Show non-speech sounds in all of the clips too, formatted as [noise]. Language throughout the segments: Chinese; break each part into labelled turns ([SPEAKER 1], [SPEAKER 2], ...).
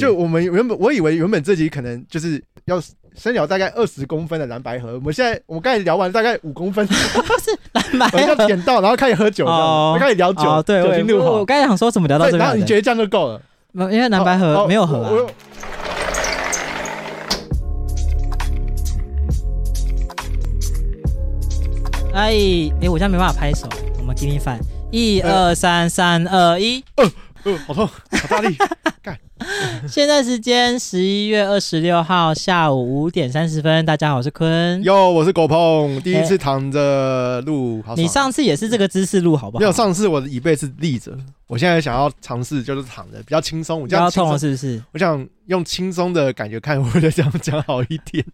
[SPEAKER 1] 就我们原本我以为原本这集可能就是要深聊大概二十公分的蓝白河，我们现在我们刚才聊完大概五公分， [laughs]
[SPEAKER 2] 是蓝白
[SPEAKER 1] 我们哦要
[SPEAKER 2] 河
[SPEAKER 1] 点到，然后开始喝酒，这样
[SPEAKER 2] 哦
[SPEAKER 1] 开始聊酒，
[SPEAKER 2] 哦，对，
[SPEAKER 1] 酒精度
[SPEAKER 2] 我我
[SPEAKER 1] 好。
[SPEAKER 2] 刚才想说怎么聊到这
[SPEAKER 1] 对然后
[SPEAKER 2] 边
[SPEAKER 1] 你
[SPEAKER 2] 来
[SPEAKER 1] 觉
[SPEAKER 2] 的，
[SPEAKER 1] 得这样就够了？
[SPEAKER 2] 没因为蓝白
[SPEAKER 1] 哦
[SPEAKER 2] 河
[SPEAKER 1] 哦
[SPEAKER 2] 没有河
[SPEAKER 1] 我我
[SPEAKER 2] 啊，哎，哎，我现在没办法拍手，我们 give me five，一
[SPEAKER 1] 呃
[SPEAKER 2] 二三三二一，
[SPEAKER 1] 呃，好痛，好大
[SPEAKER 2] [laughs]
[SPEAKER 1] 力。
[SPEAKER 2] 现在时间十一月二十六号下午五点三十分，大家好，我是坤。
[SPEAKER 1] 哟，我是狗碰，第一次躺着录，好爽。
[SPEAKER 2] 你上次也是这个姿势录好不
[SPEAKER 1] 没有
[SPEAKER 2] 好？
[SPEAKER 1] 上次我的椅背是立着，我现在想要尝试就是躺着，比较轻松。我这样
[SPEAKER 2] 腰
[SPEAKER 1] 轻
[SPEAKER 2] 痛了
[SPEAKER 1] 松，
[SPEAKER 2] 是不是？
[SPEAKER 1] 我想用轻松的感觉看，我就这样讲好一点。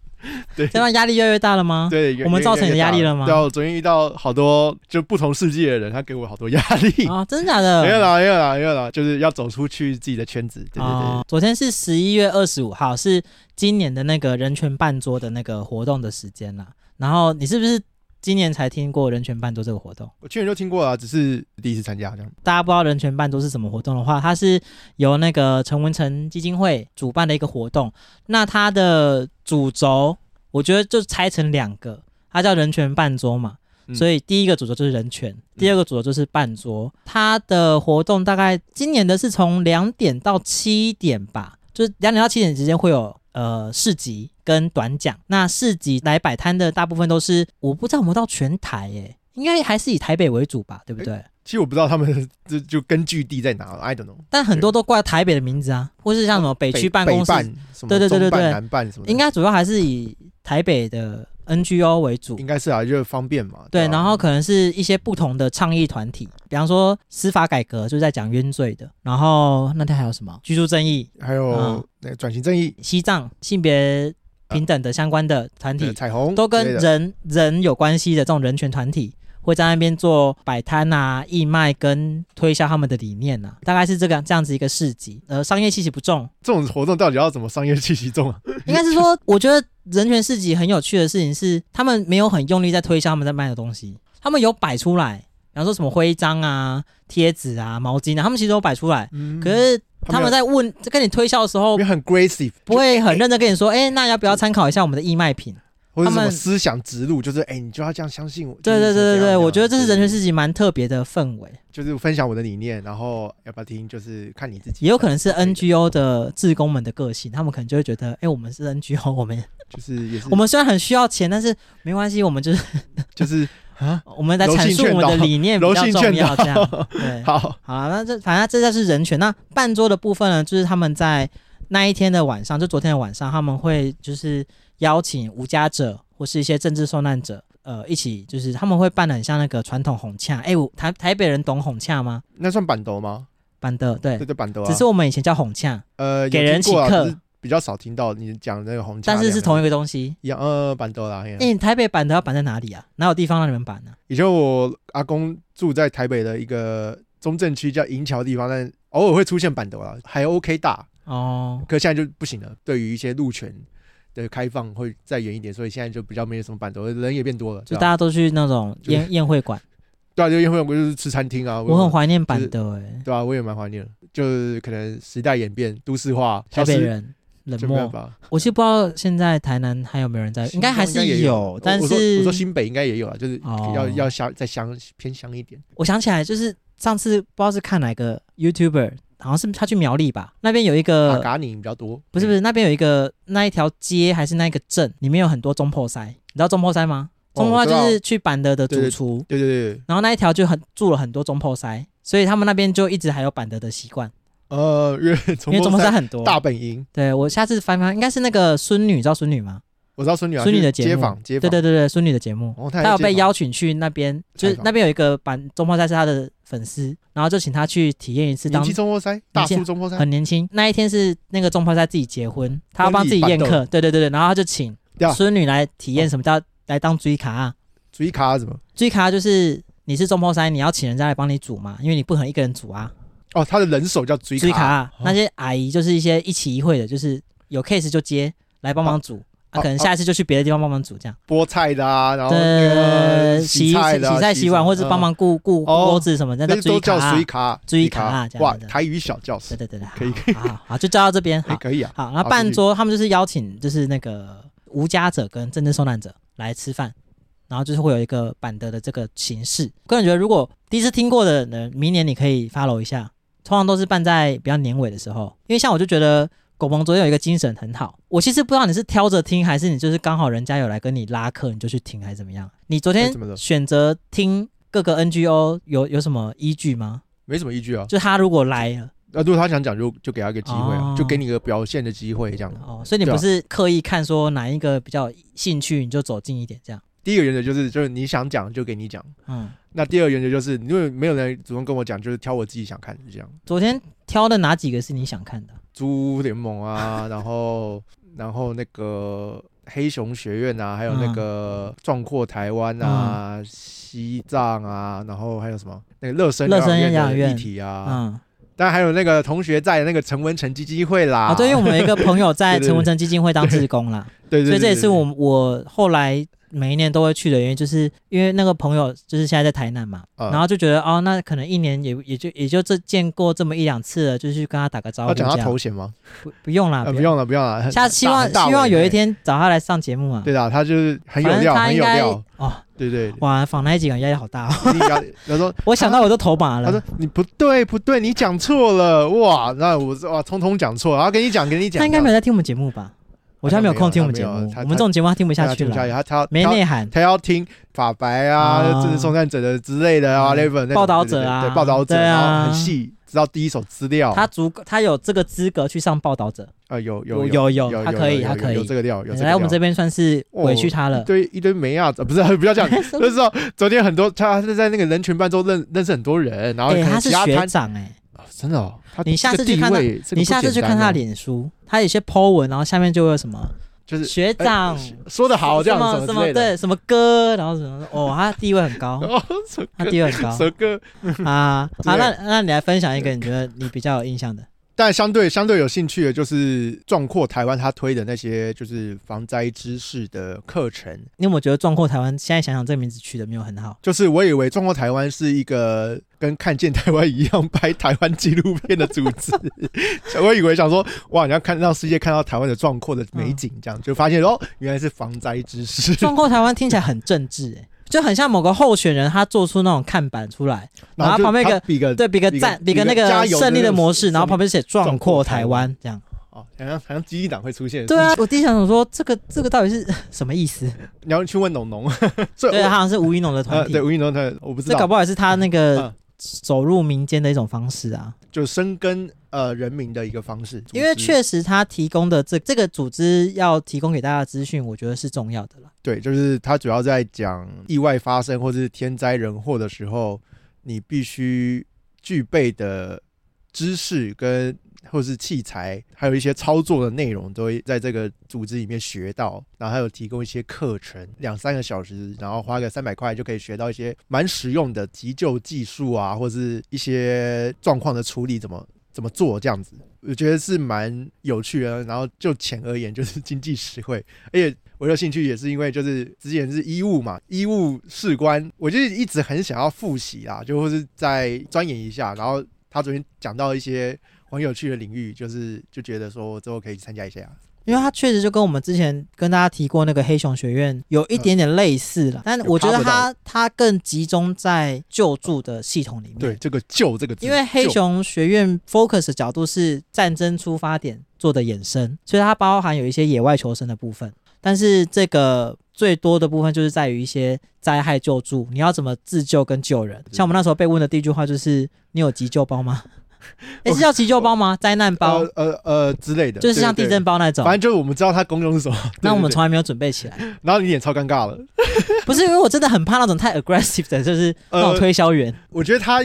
[SPEAKER 1] 对
[SPEAKER 2] 这样压力越来越大了吗？
[SPEAKER 1] 对，有
[SPEAKER 2] 啊我们
[SPEAKER 1] 有
[SPEAKER 2] 造成你的压力了吗
[SPEAKER 1] 对啊，我昨天遇到好多就不同世界的人，他给我好多压力。
[SPEAKER 2] 啊，真的假
[SPEAKER 1] 没有
[SPEAKER 2] 的？
[SPEAKER 1] 啦，没有啦，没有啦，就是要走出去自己的圈子。对对对
[SPEAKER 2] 哦，昨天是十一月二十五号，是今年的那个人权办桌的那个活动的时间啦。然后你是不是今年才听过人权办桌这个活动？
[SPEAKER 1] 我去年就听过啦，只是第一次参加这样。
[SPEAKER 2] 大家不知道人权办桌是什么活动的话，它是由那个陈文成基金会主办的一个活动。那它的主轴，我觉得就拆成两个，它叫人权办桌嘛。
[SPEAKER 1] 嗯
[SPEAKER 2] 所以第一个主轴就是人权，第二个主轴就是办桌。它的活动大概今年的是从两点到七点吧，就是两点到七点之间会有呃市集跟短讲。那市集来摆摊的大部分都是，我不知道有没有到全台耶、应该还是以台北为主吧，对不对？
[SPEAKER 1] 其实我不知道他们 [laughs] 这就根据地在哪，I don't know。
[SPEAKER 2] 但很多都挂台北的名字啊，或是像什么北
[SPEAKER 1] 哦北
[SPEAKER 2] 区办公室，
[SPEAKER 1] 北办什么
[SPEAKER 2] 对对对对
[SPEAKER 1] 中办
[SPEAKER 2] 对
[SPEAKER 1] 南办什么的，
[SPEAKER 2] 应该主要还是以台北的 NGO 为主
[SPEAKER 1] 应。该是啊，就是方便嘛。啊
[SPEAKER 2] 对，
[SPEAKER 1] 吧
[SPEAKER 2] 然后可能是一些不同的倡议团体，比方说司法改革就是在讲冤罪的，然后那他还有什么居住正义、
[SPEAKER 1] 还有
[SPEAKER 2] 嗯
[SPEAKER 1] 那个转型正义、
[SPEAKER 2] 西藏性别平等的相关的团体
[SPEAKER 1] 呃，彩虹
[SPEAKER 2] 都跟
[SPEAKER 1] 之类的
[SPEAKER 2] 人人有关系的这种人权团体，会在那边做摆摊啊、义卖跟推销他们的理念啊，大概是这个这样子一个市集。呃，商业气息不重，
[SPEAKER 1] 这种活动到底要怎么商业 [laughs] 气息重啊？
[SPEAKER 2] 应该是说，我觉得人权市集很有趣的事情是，他们没有很用力在推销他们在卖的东西，他们有摆出来，比方说什么徽章啊、贴纸啊、毛巾啊，他们其实都有摆出来。
[SPEAKER 1] 嗯
[SPEAKER 2] 可是他
[SPEAKER 1] 没有
[SPEAKER 2] 们在问跟你推销的时候
[SPEAKER 1] 没，有很 aggressive，
[SPEAKER 2] 不会很认真跟你说，哎、那要不要参考一下我们的义卖品？
[SPEAKER 1] 或者是什
[SPEAKER 2] 他
[SPEAKER 1] 么
[SPEAKER 2] 们
[SPEAKER 1] 思想植入，就是哎、你就要这样相信我。
[SPEAKER 2] 对
[SPEAKER 1] 就
[SPEAKER 2] 对
[SPEAKER 1] 是怎
[SPEAKER 2] 对对
[SPEAKER 1] 样怎
[SPEAKER 2] 对，
[SPEAKER 1] 样
[SPEAKER 2] 我觉得这是人
[SPEAKER 1] 对
[SPEAKER 2] 权市集蛮特别的氛围，
[SPEAKER 1] 就是分享我的理念，然后要不要听，就是看你自己。
[SPEAKER 2] 也有可能是
[SPEAKER 1] 对的
[SPEAKER 2] NGO 的志工们的个性，他们可能就会觉得，哎、我们是 NGO，我们
[SPEAKER 1] 就是也是
[SPEAKER 2] 我们虽然很需要钱，但是没关系，我们就是。 [laughs]
[SPEAKER 1] 就是啊，
[SPEAKER 2] 我们来阐述我们的理念比
[SPEAKER 1] 柔
[SPEAKER 2] 较
[SPEAKER 1] 性
[SPEAKER 2] 重
[SPEAKER 1] 劝
[SPEAKER 2] 要，
[SPEAKER 1] 导
[SPEAKER 2] 这样
[SPEAKER 1] [laughs]
[SPEAKER 2] 对。
[SPEAKER 1] 好，
[SPEAKER 2] 好了，那这反正这就是人权。那半桌的部分呢，就是他们在那一天的晚上，就昨天的晚上，他们会就是邀请无家者或是一些政治受难者，呃，一起就是他们会办的很像那个传统哄洽。哎、我台台北人懂哄洽吗？
[SPEAKER 1] 那算板斗吗？
[SPEAKER 2] 办的对
[SPEAKER 1] 对，对，板斗啊。
[SPEAKER 2] 只是我们以前叫哄洽，
[SPEAKER 1] 呃，有
[SPEAKER 2] 给人
[SPEAKER 1] 听过啊
[SPEAKER 2] 请客
[SPEAKER 1] 只是比较少听到你讲那个红茶
[SPEAKER 2] 但
[SPEAKER 1] 两个，
[SPEAKER 2] 是是同一个东西。
[SPEAKER 1] 一样呃板斗啦。嘿啊
[SPEAKER 2] 哎、你台北版的要版在哪里啊？哪有地方让你们版呢、
[SPEAKER 1] 以前我阿公住在台北的一个中正区叫银桥地方，但偶尔会出现板斗啦，还 OK 大，
[SPEAKER 2] 哦，
[SPEAKER 1] 可现在就不行了。对于一些路权的开放会再远一点，所以现在就比较没有什么板斗，人也变多了。
[SPEAKER 2] 就
[SPEAKER 1] 对
[SPEAKER 2] 大
[SPEAKER 1] 啊
[SPEAKER 2] 家都去那种
[SPEAKER 1] 就是
[SPEAKER 2] 宴宴会馆，
[SPEAKER 1] 对啊，就因为我就是吃餐厅啊，
[SPEAKER 2] 我很怀念
[SPEAKER 1] 就
[SPEAKER 2] 版
[SPEAKER 1] 是
[SPEAKER 2] 的哎、
[SPEAKER 1] 对啊，我也蛮怀念的，就是可能时代演变，都市化，
[SPEAKER 2] 台
[SPEAKER 1] 消
[SPEAKER 2] 北
[SPEAKER 1] 失
[SPEAKER 2] 人冷
[SPEAKER 1] 就没办
[SPEAKER 2] 漠。
[SPEAKER 1] 法。
[SPEAKER 2] 我是不知道现在台南还有没有人在，呃应该还
[SPEAKER 1] 新
[SPEAKER 2] 是
[SPEAKER 1] 庄也
[SPEAKER 2] 有，但
[SPEAKER 1] 我我说
[SPEAKER 2] 是
[SPEAKER 1] 我说新北应该也有啊，就是
[SPEAKER 2] 哦
[SPEAKER 1] 要要乡再乡偏乡一点。
[SPEAKER 2] 我想起来，就是上次不知道是看哪个 YouTuber，好像是他去苗栗吧，那边有一
[SPEAKER 1] 阿
[SPEAKER 2] 个
[SPEAKER 1] 嘎宁比较多，
[SPEAKER 2] 呃不是不是，那边有一个那一条街还是那一个镇，里面有很多中破塞，你知道中破塞吗？
[SPEAKER 1] 哦
[SPEAKER 2] 中破
[SPEAKER 1] 我
[SPEAKER 2] 塞
[SPEAKER 1] 知道
[SPEAKER 2] 就是去板德的主厨，
[SPEAKER 1] 对对对，
[SPEAKER 2] 然后那一条就很住了很多中破塞，所以他们那边就一直还有板德的习惯，
[SPEAKER 1] 呃，因为
[SPEAKER 2] 因为中
[SPEAKER 1] 中
[SPEAKER 2] 破
[SPEAKER 1] 国
[SPEAKER 2] 塞
[SPEAKER 1] 山
[SPEAKER 2] 很多。
[SPEAKER 1] 大本营，
[SPEAKER 2] 对我下次翻翻，应该是那个孙女，你知道孙女吗？
[SPEAKER 1] 我知道孙女啊，
[SPEAKER 2] 孙女的
[SPEAKER 1] 就是
[SPEAKER 2] 节
[SPEAKER 1] 街
[SPEAKER 2] 目
[SPEAKER 1] 坊街
[SPEAKER 2] 对
[SPEAKER 1] 坊，
[SPEAKER 2] 对对对，孙女的节目，
[SPEAKER 1] 哦，
[SPEAKER 2] 他
[SPEAKER 1] 他
[SPEAKER 2] 有被邀请去那边，就是
[SPEAKER 1] 采访
[SPEAKER 2] 那边有一个版中破赛是他的粉丝，然后就请他去体验一次
[SPEAKER 1] 年
[SPEAKER 2] 当
[SPEAKER 1] 纪中坡塞，大
[SPEAKER 2] 纪
[SPEAKER 1] 叔中坡塞，
[SPEAKER 2] 很年轻那一天是那个中破赛自己结婚，他要帮自己宴
[SPEAKER 1] 婚礼
[SPEAKER 2] 客，对对对对，然后他就请
[SPEAKER 1] 呀
[SPEAKER 2] 孙女来体验什么叫来当追卡啊，
[SPEAKER 1] 追卡什么？
[SPEAKER 2] 追卡就是你是中破赛，你要请人家来帮你煮嘛，因为你不可能一个人煮啊，
[SPEAKER 1] 哦，他的人手叫追
[SPEAKER 2] 追卡
[SPEAKER 1] 卡，哦哦
[SPEAKER 2] 啊那些阿姨就是一些一起一会的，就是有 case 就接来帮忙煮，啊，可能下一次就去别的地方帮忙煮这样。
[SPEAKER 1] 菠菜的啊，然后那
[SPEAKER 2] 对，
[SPEAKER 1] 个
[SPEAKER 2] 洗
[SPEAKER 1] 洗
[SPEAKER 2] 洗
[SPEAKER 1] 菜的啊、
[SPEAKER 2] 洗菜、洗碗，或者是帮忙顾顾顾
[SPEAKER 1] 哦
[SPEAKER 2] 锅子什么，
[SPEAKER 1] 嗯，
[SPEAKER 2] 那
[SPEAKER 1] 那
[SPEAKER 2] 叫
[SPEAKER 1] 些
[SPEAKER 2] 追
[SPEAKER 1] 都叫
[SPEAKER 2] 卡啊
[SPEAKER 1] 水。卡，
[SPEAKER 2] 追卡
[SPEAKER 1] 卡
[SPEAKER 2] 啊这样
[SPEAKER 1] 哇，
[SPEAKER 2] 的
[SPEAKER 1] 台语小教室
[SPEAKER 2] 对，对对对，
[SPEAKER 1] 可以
[SPEAKER 2] 好，好，好好，就教到这边。
[SPEAKER 1] 哎，
[SPEAKER 2] 好，
[SPEAKER 1] 可以啊，
[SPEAKER 2] 好，那
[SPEAKER 1] 好
[SPEAKER 2] 半
[SPEAKER 1] 继续
[SPEAKER 2] 桌他们就是邀请，就是那个无家者跟政治受难者来吃饭，然后就是会有一个板德的这个形式。个人觉得，如果第一次听过的人，明年你可以 follow 一下。通常都是办在比较年尾的时候，因为像我就觉得狗萌昨天有一个精神很好，我其实不知道你是挑着听，还是你就是刚好人家有来跟你拉客，你就去听，还是怎么样？你昨
[SPEAKER 1] 哎
[SPEAKER 2] 天
[SPEAKER 1] 怎么了
[SPEAKER 2] 选择听各个 NGO 有有什么依据吗？
[SPEAKER 1] 没什么依据啊。
[SPEAKER 2] 就他如果来了。
[SPEAKER 1] 那如果他想讲，就就给他一个机会啊
[SPEAKER 2] 哦，
[SPEAKER 1] 就给你一个表现的机会，这样。
[SPEAKER 2] 哦，所以你
[SPEAKER 1] 对啊
[SPEAKER 2] 不是刻意看说哪一个比较有兴趣，你就走近一点这样。
[SPEAKER 1] 第一个原则就是，就是你想讲就给你讲。
[SPEAKER 2] 嗯，
[SPEAKER 1] 那第二个原则就是，因为没有人主动跟我讲，就是挑我自己想看的这样。
[SPEAKER 2] 昨天挑的哪几个是你想看的？
[SPEAKER 1] 猪联盟啊，
[SPEAKER 2] [laughs]
[SPEAKER 1] 然后然后那个黑熊学院啊，还有
[SPEAKER 2] 嗯
[SPEAKER 1] 那个壮阔台湾啊、西藏啊，然后还有什么那个乐生
[SPEAKER 2] 乐生
[SPEAKER 1] 养
[SPEAKER 2] 养
[SPEAKER 1] 老
[SPEAKER 2] 院
[SPEAKER 1] 的议题啊，
[SPEAKER 2] 嗯，
[SPEAKER 1] 当然还有那个同学在的那个陈文成基金会啦。
[SPEAKER 2] 啊，对，因为我们有一个朋友在
[SPEAKER 1] 对对对
[SPEAKER 2] 陈文成基金会当志工啦，
[SPEAKER 1] [laughs] 对对
[SPEAKER 2] 所以
[SPEAKER 1] 对，
[SPEAKER 2] 这也是
[SPEAKER 1] 对
[SPEAKER 2] 我我后来每一年都会去的原因，就是因为那个朋友就是现在在台南嘛，
[SPEAKER 1] 嗯
[SPEAKER 2] 然后就觉得哦，那可能一年也也就也就这见过这么一两次了，就去跟他打个招呼
[SPEAKER 1] 要
[SPEAKER 2] 这
[SPEAKER 1] 讲他
[SPEAKER 2] 样。
[SPEAKER 1] 头衔吗？
[SPEAKER 2] 不不用啦，
[SPEAKER 1] 啊，不。用了，不用了。很
[SPEAKER 2] 下次希望
[SPEAKER 1] 很大
[SPEAKER 2] 希望
[SPEAKER 1] 尾
[SPEAKER 2] 有一
[SPEAKER 1] 嘿
[SPEAKER 2] 天找他来上节目啊，
[SPEAKER 1] 对的，他就是很有
[SPEAKER 2] 反正
[SPEAKER 1] 料，
[SPEAKER 2] 他
[SPEAKER 1] 很
[SPEAKER 2] 应
[SPEAKER 1] 有
[SPEAKER 2] 该
[SPEAKER 1] 料，
[SPEAKER 2] 哦，
[SPEAKER 1] 对对。
[SPEAKER 2] [laughs] 哇，访那一集感觉压力好大哦。
[SPEAKER 1] 一定要他说，
[SPEAKER 2] 我想到我都头麻
[SPEAKER 1] 他
[SPEAKER 2] 了
[SPEAKER 1] 说。你不对，不对，你讲错了，哇，那我哇，通通讲错，然后跟你讲，跟你讲，
[SPEAKER 2] 他应该没有在听我们节目吧？我觉得他没有空听我们节目，
[SPEAKER 1] 他没有他
[SPEAKER 2] 我们这种节目他听不下去
[SPEAKER 1] 听不下去，
[SPEAKER 2] 了，
[SPEAKER 1] 他他
[SPEAKER 2] 没
[SPEAKER 1] 他
[SPEAKER 2] 内涵。
[SPEAKER 1] 他要听法白啊
[SPEAKER 2] 啊、
[SPEAKER 1] 政治受难者的之类的啊、
[SPEAKER 2] 嗯
[SPEAKER 1] Level 那种
[SPEAKER 2] 报道者啊
[SPEAKER 1] 对对对对报道者，
[SPEAKER 2] 对啊
[SPEAKER 1] 然后很细，知道第一手资料。
[SPEAKER 2] 他足够，他有这个资格去上报道者。
[SPEAKER 1] 呃有有
[SPEAKER 2] 有
[SPEAKER 1] 有
[SPEAKER 2] 有
[SPEAKER 1] 有，
[SPEAKER 2] 他可以，
[SPEAKER 1] 有
[SPEAKER 2] 他可
[SPEAKER 1] 有
[SPEAKER 2] 以
[SPEAKER 1] 这。个料，有这个
[SPEAKER 2] 来我们这
[SPEAKER 1] 料
[SPEAKER 2] 边算是委屈他了
[SPEAKER 1] 一。堆一堆没啊， [laughs] 呃不是不要
[SPEAKER 2] [laughs]
[SPEAKER 1] 这样。就是说，昨天很多他是在那个人群伴奏认认识很多人，然后可
[SPEAKER 2] 哎，
[SPEAKER 1] 能
[SPEAKER 2] 他是
[SPEAKER 1] 其他
[SPEAKER 2] 学
[SPEAKER 1] 摊
[SPEAKER 2] 长哎，
[SPEAKER 1] 哦真的哦，他
[SPEAKER 2] 你下次
[SPEAKER 1] 这个
[SPEAKER 2] 去看
[SPEAKER 1] 地
[SPEAKER 2] 他
[SPEAKER 1] 位这个不
[SPEAKER 2] 你下次
[SPEAKER 1] 简
[SPEAKER 2] 去
[SPEAKER 1] 单
[SPEAKER 2] 看他
[SPEAKER 1] 哦
[SPEAKER 2] 的脸书，他有些 po 文，然后下面就会有什么
[SPEAKER 1] 就是哎
[SPEAKER 2] 学长
[SPEAKER 1] 说的好这
[SPEAKER 2] 什
[SPEAKER 1] 样
[SPEAKER 2] 么
[SPEAKER 1] 什
[SPEAKER 2] 什
[SPEAKER 1] 么
[SPEAKER 2] 么
[SPEAKER 1] 之类的，
[SPEAKER 2] 对什么歌，然后什么哦，他地位很高，
[SPEAKER 1] 哦，蛇
[SPEAKER 2] 他
[SPEAKER 1] 哥
[SPEAKER 2] 地位很高
[SPEAKER 1] 蛇哥，
[SPEAKER 2] 啊。
[SPEAKER 1] 之类
[SPEAKER 2] 好，那
[SPEAKER 1] 的
[SPEAKER 2] 那你来分享一个你觉得你比较有印象的。
[SPEAKER 1] 但相对相对有兴趣的，就是壮阔台湾他推的那些就是防灾知识的课程。
[SPEAKER 2] 你有没有觉得壮阔台湾？现在想想这个名字取得没有很好，
[SPEAKER 1] 就是我以为壮阔台湾是一个跟看见台湾一样拍台湾纪录片的组织， [laughs] 我以为想说哇，你要看让世界看到台湾的壮阔的美景，这样就发现哦，原来是防灾知
[SPEAKER 2] [laughs]
[SPEAKER 1] 识。 [laughs]
[SPEAKER 2] 壮阔台湾听起来很政治、欸，就很像某个候选人他做出那种看板出来，然后
[SPEAKER 1] 就
[SPEAKER 2] 旁边一个
[SPEAKER 1] 他比个
[SPEAKER 2] 对比个赞，比
[SPEAKER 1] 比
[SPEAKER 2] 个
[SPEAKER 1] 个
[SPEAKER 2] 那
[SPEAKER 1] 加
[SPEAKER 2] 个
[SPEAKER 1] 油的
[SPEAKER 2] 胜利的模式，
[SPEAKER 1] 那种
[SPEAKER 2] 然后旁边写壮阔台湾这样。
[SPEAKER 1] 哦，好像好像基地党会出现。
[SPEAKER 2] 对啊，我第一想说这个这个到底是 [laughs] 什么意思？
[SPEAKER 1] 你要去问农农， [laughs] 所以
[SPEAKER 2] 对，
[SPEAKER 1] 我
[SPEAKER 2] 他好像是吴一农的团
[SPEAKER 1] 呃，
[SPEAKER 2] 体
[SPEAKER 1] 对，，吴云农他我不知
[SPEAKER 2] 这
[SPEAKER 1] 道
[SPEAKER 2] 搞，不好也是他那个
[SPEAKER 1] 嗯
[SPEAKER 2] 走入民间的一种方式啊。
[SPEAKER 1] 就深耕呃人民的一个方式。
[SPEAKER 2] 因为
[SPEAKER 1] 组织
[SPEAKER 2] 确实他提供的这这个组织要提供给大家的资讯，我觉得是重要的啦。
[SPEAKER 1] 对，就是他主要在讲意外发生或是天灾人祸的时候，你必须具备的知识跟呃或是器材，还有一些操作的内容，都会在这个组织里面学到。然后还有提供一些课程，两三个小时，然后花个三百块就可以学到一些蛮实用的急救技术啊，或是一些状况的处理怎么怎么做这样子。我觉得是蛮有趣的，然后就钱而言就是经济实惠，而且我有兴趣也是因为就是之前是医务嘛，医务士官，我就是一直很想要复习啊，就或是再钻研一下。然后他昨天讲到一些很有趣的领域，就是就觉得说之后可以去参加一下。
[SPEAKER 2] 因为它确实就跟我们之前跟大家提过那个黑熊学院有一点点类似了，但我觉
[SPEAKER 1] 嗯
[SPEAKER 2] 得
[SPEAKER 1] 有 cover 到
[SPEAKER 2] 它它更集中在救助的系统里面。
[SPEAKER 1] 对，，这个“救”这个字，
[SPEAKER 2] 因为黑
[SPEAKER 1] 救
[SPEAKER 2] 熊学院 focus 的角度是战争出发点做的衍生，所以它包含有一些野外求生的部分，但是这个最多的部分就是在于一些灾害救助，你要怎么自救跟救人。像我们那时候被问的第一句话就是：“你有急救包吗？”
[SPEAKER 1] [laughs]
[SPEAKER 2] 诶，是叫急救包吗？灾难包，
[SPEAKER 1] 呃呃呃之类的，
[SPEAKER 2] 就是像
[SPEAKER 1] 对
[SPEAKER 2] 地
[SPEAKER 1] 对
[SPEAKER 2] 震包那
[SPEAKER 1] 对
[SPEAKER 2] 种
[SPEAKER 1] 反。正就是我们知道它功用是什么。
[SPEAKER 2] 那我们
[SPEAKER 1] 对对对
[SPEAKER 2] 从来没有准备起来。
[SPEAKER 1] 然后你脸超尴尬了。
[SPEAKER 2] 不是因为我真的很怕那
[SPEAKER 1] [laughs]
[SPEAKER 2] 种太 aggressive 的，就是那种
[SPEAKER 1] 呃
[SPEAKER 2] 推销员。
[SPEAKER 1] 我觉得他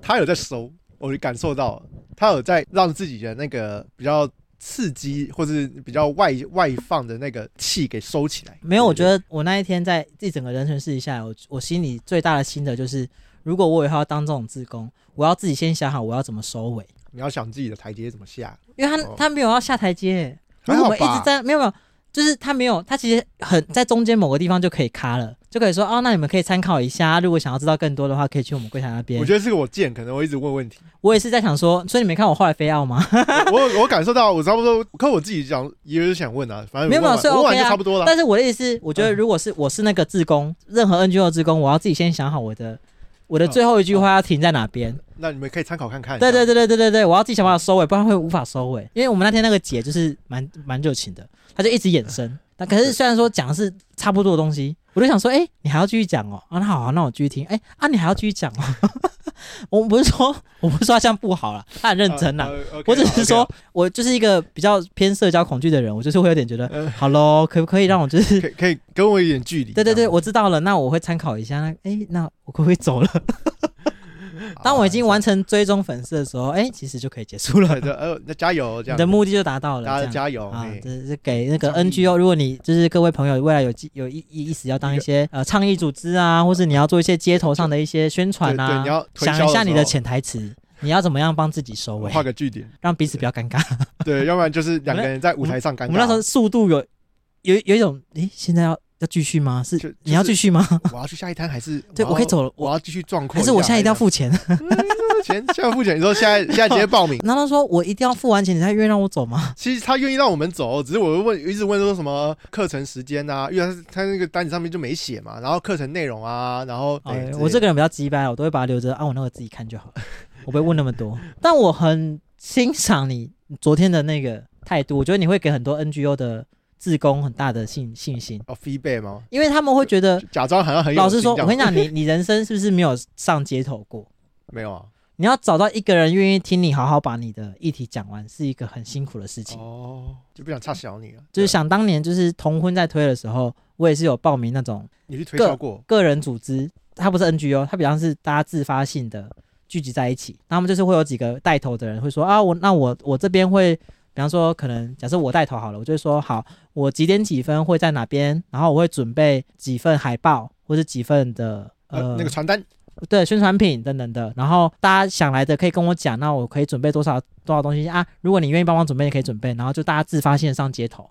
[SPEAKER 1] 他有在收，我就感受到他有在让自己的那个比较刺激或是比较外外放的那个气给收起来。
[SPEAKER 2] 没有，我觉
[SPEAKER 1] 得
[SPEAKER 2] 得我那一天在这整个人生试一下来，我我心里最大的心得就是，如果我以后要当这种志工，我要自己先想好我要怎么收尾，
[SPEAKER 1] 你要想自己的台阶怎么下，
[SPEAKER 2] 因为他、
[SPEAKER 1] 哦
[SPEAKER 2] 他没有要下台阶，如
[SPEAKER 1] 还
[SPEAKER 2] 果我
[SPEAKER 1] 好
[SPEAKER 2] 们一直
[SPEAKER 1] 吧？
[SPEAKER 2] 在没有没有。就是它没有，它其实很在中间某个地方就可以卡了，就可以说哦，那你们可以参考一下，如果想要知道更多的话，可以去我们柜台那边。
[SPEAKER 1] 我
[SPEAKER 2] 我
[SPEAKER 1] 觉得是我贱，可能我一直问问题。 [laughs]
[SPEAKER 2] 也是在想说，所以你没看我后来非要吗？
[SPEAKER 1] 我我感受到，我差不多，可我自己讲也是想问啊，反正
[SPEAKER 2] 没有
[SPEAKER 1] 我问完
[SPEAKER 2] 所以
[SPEAKER 1] 我问完
[SPEAKER 2] OK 啊
[SPEAKER 1] 就差不多了。
[SPEAKER 2] 但是我的意思是，我觉
[SPEAKER 1] 嗯
[SPEAKER 2] 得如果是我是那个志工，任何 NGO 志工，我要自己先想好我的我的最
[SPEAKER 1] 嗯
[SPEAKER 2] 后一句话要停在哪边。
[SPEAKER 1] 那你们可以参考看看。
[SPEAKER 2] 对对对对对对对，我要自己想办法收尾，不然会无法收尾。因为我们那天那个姐就是蛮蛮热情的，她就一直衍
[SPEAKER 1] 嗯
[SPEAKER 2] 生。但可是虽然说讲的是差不多的东西，我就想说，哎、你还要继续讲哦、啊，那好、啊，那我继续听。哎、啊，你还要继续讲哦、 [laughs] 我们不是说我不是说她这样不好啦，她很
[SPEAKER 1] 呃，
[SPEAKER 2] 认真啦。啊
[SPEAKER 1] 呃，OK 啦
[SPEAKER 2] 我只是说
[SPEAKER 1] OK 啦，
[SPEAKER 2] 我就是一个比较偏社交恐惧的人，我就是会有点觉得，
[SPEAKER 1] 呃
[SPEAKER 2] 好喽，可不可以让我就是
[SPEAKER 1] 可以可以跟我一点距离。
[SPEAKER 2] 对对
[SPEAKER 1] 这
[SPEAKER 2] 对，
[SPEAKER 1] 样
[SPEAKER 2] 我知道了，那我会参考一下。那哎、那我可不可
[SPEAKER 1] [laughs]
[SPEAKER 2] 以走了？
[SPEAKER 1] 好
[SPEAKER 2] 当我已经完
[SPEAKER 1] 成，
[SPEAKER 2] 成追踪粉丝的时候，哎、其实就可以结束了
[SPEAKER 1] 啊 [laughs]
[SPEAKER 2] [laughs]
[SPEAKER 1] 对。对呃，那加油这
[SPEAKER 2] 你
[SPEAKER 1] 样
[SPEAKER 2] 的，目的就达到了。
[SPEAKER 1] 大家
[SPEAKER 2] 这样
[SPEAKER 1] 加油
[SPEAKER 2] 啊
[SPEAKER 1] 嘿，
[SPEAKER 2] 这是给那个
[SPEAKER 1] 倡议
[SPEAKER 2] NGO，如果你就是各位朋友未来有机有意意意思要当一些呃倡议组织啊，或是你要做一些街头上的一些宣传
[SPEAKER 1] 对对
[SPEAKER 2] 啊
[SPEAKER 1] 你要，推销
[SPEAKER 2] 想
[SPEAKER 1] 的
[SPEAKER 2] 一下你的
[SPEAKER 1] 时候
[SPEAKER 2] 潜台词，你要怎么样帮自己收尾，
[SPEAKER 1] 画个句点，
[SPEAKER 2] 让彼此不要尴尬。
[SPEAKER 1] 对，要不然就是两个人在舞台上尴尬。
[SPEAKER 2] 我们那时候速度有有有一种，诶，现在要要继续吗？是
[SPEAKER 1] 就就是
[SPEAKER 2] 你要继续吗？
[SPEAKER 1] 我要去下一摊还是
[SPEAKER 2] [laughs] 对，
[SPEAKER 1] 我
[SPEAKER 2] 我可以，走了，
[SPEAKER 1] 我要继啊续壮阔
[SPEAKER 2] 还
[SPEAKER 1] 下。哎
[SPEAKER 2] 是我现在一定要付钱？，
[SPEAKER 1] 钱，现在付钱。你说现在现在直接报名
[SPEAKER 2] 难道说我一定要付完钱你才愿意让我走吗？
[SPEAKER 1] 其实他愿意让我们走，只是我问一直问说什么课程时间啊，因为他是他那个单子上面就没写嘛，然后课程内容啊，然 [laughs] 后、
[SPEAKER 2] 哎
[SPEAKER 1] 对，
[SPEAKER 2] 我这
[SPEAKER 1] 个
[SPEAKER 2] 个人比较鸡掰，我都会把它留着，啊，我那个自己看就好
[SPEAKER 1] [laughs]
[SPEAKER 2] 了，我不会问那么多。但我很欣赏你昨天的那个态度，我觉得你会给很多 NGO 的志工很大的信信心，
[SPEAKER 1] 哦 feedback 吗？
[SPEAKER 2] 因为他们会觉得，
[SPEAKER 1] 假装好像很有
[SPEAKER 2] 老实说，
[SPEAKER 1] 心这
[SPEAKER 2] 我
[SPEAKER 1] 样
[SPEAKER 2] 跟你
[SPEAKER 1] [laughs]
[SPEAKER 2] 讲，你你人生是不是没有上街头过？
[SPEAKER 1] 没有啊，
[SPEAKER 2] 你要找到一个人愿意听你好好把你的议题讲完，是一个很辛苦的事情。
[SPEAKER 1] 哦，就不想差小你了，
[SPEAKER 2] 就
[SPEAKER 1] 对
[SPEAKER 2] 是想当年，就是同婚在推的时候，我也是有报名那种
[SPEAKER 1] 你去推销过，
[SPEAKER 2] 个人组织，它不是 NGO，它比方是大家自发性的聚集在一起，那他们就是会有几个带头的人会说啊，我那我我这边会，比方说可能假设我带头好了，我就会说好，我几点几分会在哪边，然后我会准备几份海报或者几份的
[SPEAKER 1] 呃，
[SPEAKER 2] 呃
[SPEAKER 1] 那个传单
[SPEAKER 2] 对宣传品等等的，然后大家想来的可以跟我讲，那我可以准备多少多少东西啊？如果你愿意帮忙准备，也可以准备，然后就大家自发性地上街头，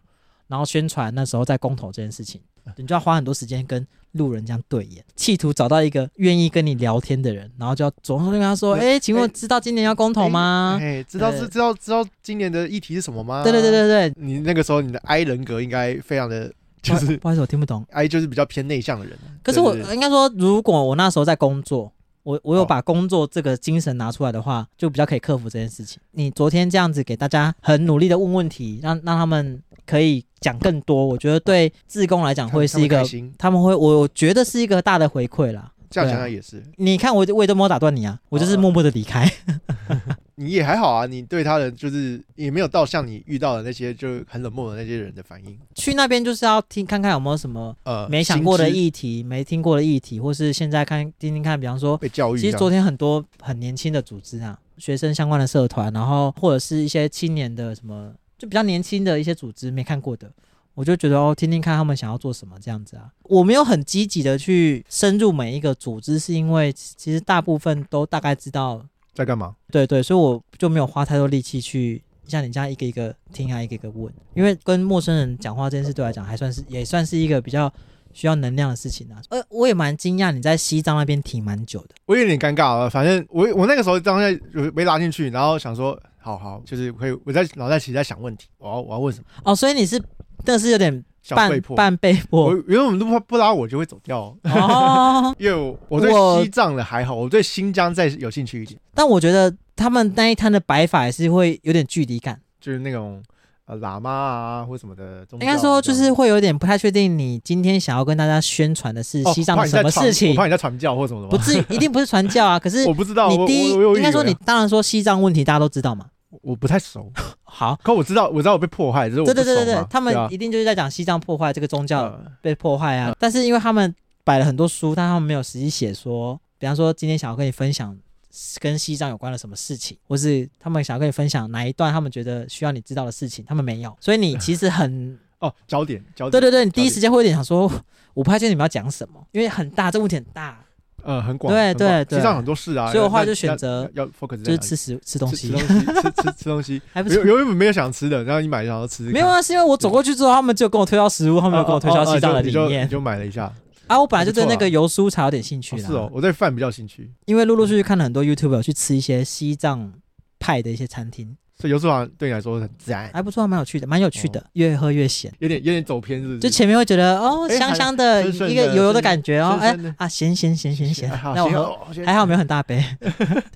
[SPEAKER 2] 然后宣传那时候在公投这件事情，你就要花很多时间跟路人这样对眼，企图找到一个愿意跟你聊天的人，然后就要总是跟他说，
[SPEAKER 1] 嗯
[SPEAKER 2] 哎，请问
[SPEAKER 1] 哎
[SPEAKER 2] 知道今年要公投吗？
[SPEAKER 1] 哎，知道是
[SPEAKER 2] 啊对
[SPEAKER 1] 知道知道今年的议题是什么吗？
[SPEAKER 2] 对对对，对对，
[SPEAKER 1] 你那个时候你的 I 人格应该非常的就
[SPEAKER 2] 不好
[SPEAKER 1] 是
[SPEAKER 2] 不好意思，我听不懂。
[SPEAKER 1] I 就是比较偏内向的人，啊
[SPEAKER 2] 可是我
[SPEAKER 1] 对对对
[SPEAKER 2] 应该说，如果我那时候在工作，我我有
[SPEAKER 1] 哦
[SPEAKER 2] 把工作这个精神拿出来的话，就比较可以克服这件事情。你昨天这样子给大家很努力的问问题，让让他们可以讲更多，我觉得对志工来讲会是一
[SPEAKER 1] 他
[SPEAKER 2] 个
[SPEAKER 1] 们开，心，
[SPEAKER 2] 他们会我我觉得是一个大的回馈啦。
[SPEAKER 1] 这样想
[SPEAKER 2] 对啊
[SPEAKER 1] 想也是，
[SPEAKER 2] 你看我我也都没有打断你啊，
[SPEAKER 1] 哦
[SPEAKER 2] 我就是默默的离开。 [laughs]
[SPEAKER 1] 你也还好啊，你对他的就是也没有到像你遇到的那些就很冷漠的那些人的反应，
[SPEAKER 2] 去那边就是要听看看有没有什么
[SPEAKER 1] 呃，
[SPEAKER 2] 没想过的
[SPEAKER 1] 心知
[SPEAKER 2] 议题，没听过的议题，或是现在看听听看，比方说
[SPEAKER 1] 被教育这
[SPEAKER 2] 其
[SPEAKER 1] 样。
[SPEAKER 2] 实昨天很多很年轻的组织啊，学生相关的社团，然后或者是一些青年的什么，就比较年轻的一些组织没看过的，我就觉得哦，听听看他们想要做什么这样子啊。我没有很积极的去深入每一个组织，是因为其其实大部分都大概知道，
[SPEAKER 1] 在干嘛？
[SPEAKER 2] 对对，所以我就没有花太多力气去。像你这样一个一个听啊，一个一个问，因为跟陌生人讲话这件事对我来讲还算是也算是一个比较需要能量的事情啊。呃，我也蛮惊讶你在西藏那边挺蛮久的。
[SPEAKER 1] 我有点尴尬啊，反正我我那个时候当下有被拉进去，然后想说，好好，就是会我在脑袋其实在想问题，我要我要问什么，
[SPEAKER 2] 哦，所以你是那是有点
[SPEAKER 1] 想
[SPEAKER 2] 半
[SPEAKER 1] 被迫。
[SPEAKER 2] 半被
[SPEAKER 1] 我
[SPEAKER 2] 迫
[SPEAKER 1] 原本都不不拉我就会走掉，
[SPEAKER 2] 哦。
[SPEAKER 1] 因为我我对
[SPEAKER 2] 我
[SPEAKER 1] 西藏的还好，我对新疆再有兴趣一点，
[SPEAKER 2] 但我觉得他们那一摊的摆法也是会有点距离感，
[SPEAKER 1] 就是那种呃喇嘛啊或什么的宗教
[SPEAKER 2] 应
[SPEAKER 1] 这样。
[SPEAKER 2] 该说就是会有点不太确定你今天想要跟大家宣传的是
[SPEAKER 1] 哦
[SPEAKER 2] 西藏
[SPEAKER 1] 我怕你
[SPEAKER 2] 的什
[SPEAKER 1] 在
[SPEAKER 2] 么
[SPEAKER 1] 传
[SPEAKER 2] 事情
[SPEAKER 1] 我，怕你在传教或什么的吗
[SPEAKER 2] 不至于一定不是传教啊。可是
[SPEAKER 1] 我不知道，
[SPEAKER 2] 你
[SPEAKER 1] 我
[SPEAKER 2] 第一
[SPEAKER 1] 我我有
[SPEAKER 2] 应该
[SPEAKER 1] 以
[SPEAKER 2] 说
[SPEAKER 1] 为
[SPEAKER 2] 你
[SPEAKER 1] 啊
[SPEAKER 2] 当然说西藏问题大家都知道嘛。
[SPEAKER 1] 我不太熟，
[SPEAKER 2] 好，
[SPEAKER 1] 可我知道我知道我被迫害，只是我
[SPEAKER 2] 对
[SPEAKER 1] 不
[SPEAKER 2] 对对
[SPEAKER 1] 熟
[SPEAKER 2] 对对
[SPEAKER 1] 嘛，
[SPEAKER 2] 他们
[SPEAKER 1] 对啊
[SPEAKER 2] 一定就是在讲西藏破坏这个宗教
[SPEAKER 1] 呃
[SPEAKER 2] 被破坏啊。但是因为他们摆了很多书，但他们没有实际写说，比方说今天想要跟你分享跟西藏有关的什么事情，或是他们想要跟你分享哪一段他们觉得需要你知道的事情，他们没有。所以你其实很，
[SPEAKER 1] 哦，焦点焦
[SPEAKER 2] 对
[SPEAKER 1] 点，
[SPEAKER 2] 对对，你第一时间会有点想说，我不太确定你们要讲什么，因为很大，这问题很大。
[SPEAKER 1] 呃，很广，
[SPEAKER 2] 对
[SPEAKER 1] 很广
[SPEAKER 2] 对对
[SPEAKER 1] 西藏很多事啊，
[SPEAKER 2] 所以我后来
[SPEAKER 1] 要
[SPEAKER 2] 就选择
[SPEAKER 1] 要要 focus 在
[SPEAKER 2] 就是
[SPEAKER 1] 哪
[SPEAKER 2] 吃食吃
[SPEAKER 1] 里
[SPEAKER 2] 东西，
[SPEAKER 1] 吃，吃东西，吃吃吃东西
[SPEAKER 2] 还 [laughs] 不
[SPEAKER 1] 没
[SPEAKER 2] 错
[SPEAKER 1] 有。原本没有想吃的，然后你买想要吃吃看，
[SPEAKER 2] 没有啊，是因为我走过去之后，他们就跟我推销食物，他
[SPEAKER 1] 哦，
[SPEAKER 2] 们有跟我推
[SPEAKER 1] 哦
[SPEAKER 2] 销
[SPEAKER 1] 哦
[SPEAKER 2] 西藏的
[SPEAKER 1] 你
[SPEAKER 2] 理
[SPEAKER 1] 就
[SPEAKER 2] 念
[SPEAKER 1] 你就买了一下。哦
[SPEAKER 2] 啊。我本来就对
[SPEAKER 1] 还不
[SPEAKER 2] 那
[SPEAKER 1] 错啊
[SPEAKER 2] 个油酥茶有点兴趣啦，
[SPEAKER 1] 是哦，我对饭比较有兴趣，
[SPEAKER 2] 因为陆陆续续看了很多 YouTube 有去吃一些西藏派的一些餐厅，
[SPEAKER 1] 所以油酥好像啊对你来说很赞，
[SPEAKER 2] 还不错，还蛮有趣的，蛮有趣的，越喝越咸。
[SPEAKER 1] 有点有点走偏，哦是不是？
[SPEAKER 2] 就前面会觉得哦，
[SPEAKER 1] 哎
[SPEAKER 2] 香香的
[SPEAKER 1] 还顺顺的
[SPEAKER 2] 一个油油的感觉哦，
[SPEAKER 1] 顺
[SPEAKER 2] 哎
[SPEAKER 1] 顺的
[SPEAKER 2] 啊，咸咸咸咸咸
[SPEAKER 1] 哎。好
[SPEAKER 2] 那我
[SPEAKER 1] 行
[SPEAKER 2] 喝
[SPEAKER 1] 哦先
[SPEAKER 2] 还好没有很大杯，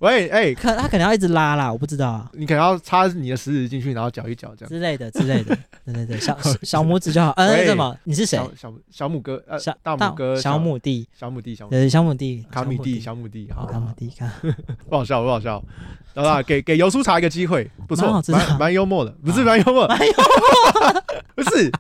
[SPEAKER 1] 喂，哎，
[SPEAKER 2] 可他可能要一直拉啦，我不知道啊
[SPEAKER 1] 你可能要插你的食指进去，然后搅一搅，这样。
[SPEAKER 2] 之类的之类的。
[SPEAKER 1] [laughs]
[SPEAKER 2] 对对对，小小小拇指就好。呃，那
[SPEAKER 1] 喂
[SPEAKER 2] 什么？你是谁？
[SPEAKER 1] 小小小母哥，呃
[SPEAKER 2] 小，
[SPEAKER 1] 大母哥，
[SPEAKER 2] 小母弟，
[SPEAKER 1] 小母弟，小母弟
[SPEAKER 2] 呃，小母弟，
[SPEAKER 1] 卡米
[SPEAKER 2] 弟
[SPEAKER 1] 蒂，，小母弟，
[SPEAKER 2] 好
[SPEAKER 1] 好，
[SPEAKER 2] 卡姆弟，卡
[SPEAKER 1] 不好笑，不好笑。好啦，给给油酥茶一个机会，不
[SPEAKER 2] 蛮好
[SPEAKER 1] 错
[SPEAKER 2] 吃，的
[SPEAKER 1] 蛮蛮幽默的，不是蛮幽默，
[SPEAKER 2] 蛮幽
[SPEAKER 1] 默，不是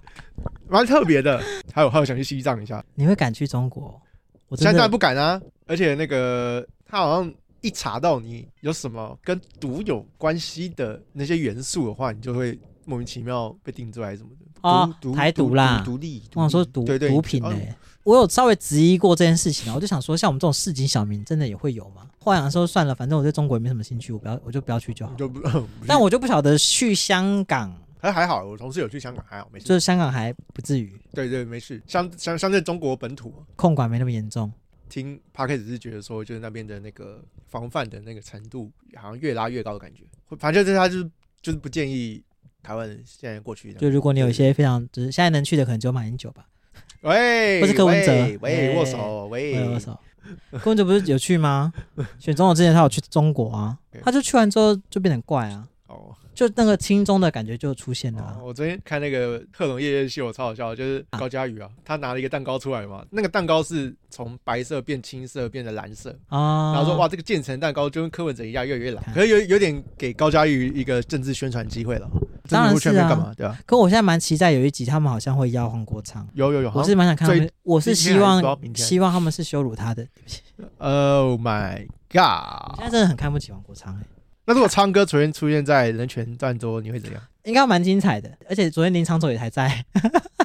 [SPEAKER 1] 蛮特别的。还有还有，想去西藏一下，
[SPEAKER 2] 你会敢去中国？我
[SPEAKER 1] 现在
[SPEAKER 2] 真
[SPEAKER 1] 当然
[SPEAKER 2] 的
[SPEAKER 1] 不敢啊。而且那个他好像一查到你有什么跟毒有关系的那些元素的话，你就会莫名其妙被定罪还是什么的。
[SPEAKER 2] 哦
[SPEAKER 1] 毒毒
[SPEAKER 2] 台独
[SPEAKER 1] 毒
[SPEAKER 2] 啦
[SPEAKER 1] 毒力，
[SPEAKER 2] 我想说
[SPEAKER 1] 力
[SPEAKER 2] 毒
[SPEAKER 1] 对对
[SPEAKER 2] 毒品欸
[SPEAKER 1] 哦
[SPEAKER 2] 嘞、我有稍微质疑过这件事情啊，我就想说，像我们这种市井小民，真的也会有吗？后来想说算了，反正我对中国也没什么兴趣，我不要，我就不要去就好
[SPEAKER 1] 你。
[SPEAKER 2] [laughs]
[SPEAKER 1] 就不，
[SPEAKER 2] 但我就不晓得去香港，
[SPEAKER 1] 还还好，我同事有去香港，还好没
[SPEAKER 2] 就
[SPEAKER 1] 事。
[SPEAKER 2] 是香港还不至于
[SPEAKER 1] 对对，没事。相相相对中国本土，
[SPEAKER 2] 控管没那么严重。
[SPEAKER 1] 听 p a c k e 是觉得说，就是那边的那个防范的那个程度，好像越拉越高的感觉。会反正就是他就是就是不建议台湾人现在过去这
[SPEAKER 2] 就
[SPEAKER 1] 样。
[SPEAKER 2] 如果你有一些非常就是现在能去的，可能只有马英九吧，
[SPEAKER 1] 喂，
[SPEAKER 2] 或是柯文哲
[SPEAKER 1] 喂喂，
[SPEAKER 2] 哎
[SPEAKER 1] 握手，
[SPEAKER 2] 没
[SPEAKER 1] 喂，
[SPEAKER 2] 有少。柯文哲不是有
[SPEAKER 1] [laughs]
[SPEAKER 2] 去吗？选总统之前他有去中国啊，
[SPEAKER 1] 哎
[SPEAKER 2] 他就去完之后就变得很怪啊，
[SPEAKER 1] 哦，
[SPEAKER 2] 就那个轻中的感觉就出现了、啊
[SPEAKER 1] 哦。我昨天看那个《贺龙夜夜秀》，超好笑的，就是
[SPEAKER 2] 啊
[SPEAKER 1] 高佳宇啊，他拿了一个蛋糕出来嘛，那个蛋糕是从白色变青色，变成蓝色，
[SPEAKER 2] 啊，
[SPEAKER 1] 哦然后说哇，这个建成蛋糕就跟柯文哲一样，越来越蓝
[SPEAKER 2] 看，
[SPEAKER 1] 可是有有点给高佳宇一个政治宣传机会了，
[SPEAKER 2] 当然
[SPEAKER 1] 政治
[SPEAKER 2] 是
[SPEAKER 1] 圈
[SPEAKER 2] 啊
[SPEAKER 1] 面干嘛，对吧、
[SPEAKER 2] 可我现在蛮期待有一集，他们好像会邀黄国昌，
[SPEAKER 1] 有有有，
[SPEAKER 2] 我是蛮想看他们，我是希
[SPEAKER 1] 今天还是不知道明
[SPEAKER 2] 望
[SPEAKER 1] 天
[SPEAKER 2] 希望他们是羞辱他的。对不起，
[SPEAKER 1] Oh my
[SPEAKER 2] 我
[SPEAKER 1] God！
[SPEAKER 2] 现在真的很看不起黄国昌、欸，
[SPEAKER 1] 那如果昌哥昨天出现在人权战桌，你会怎样？
[SPEAKER 2] 应该蛮精彩的。而且昨天林长走也还在， [laughs]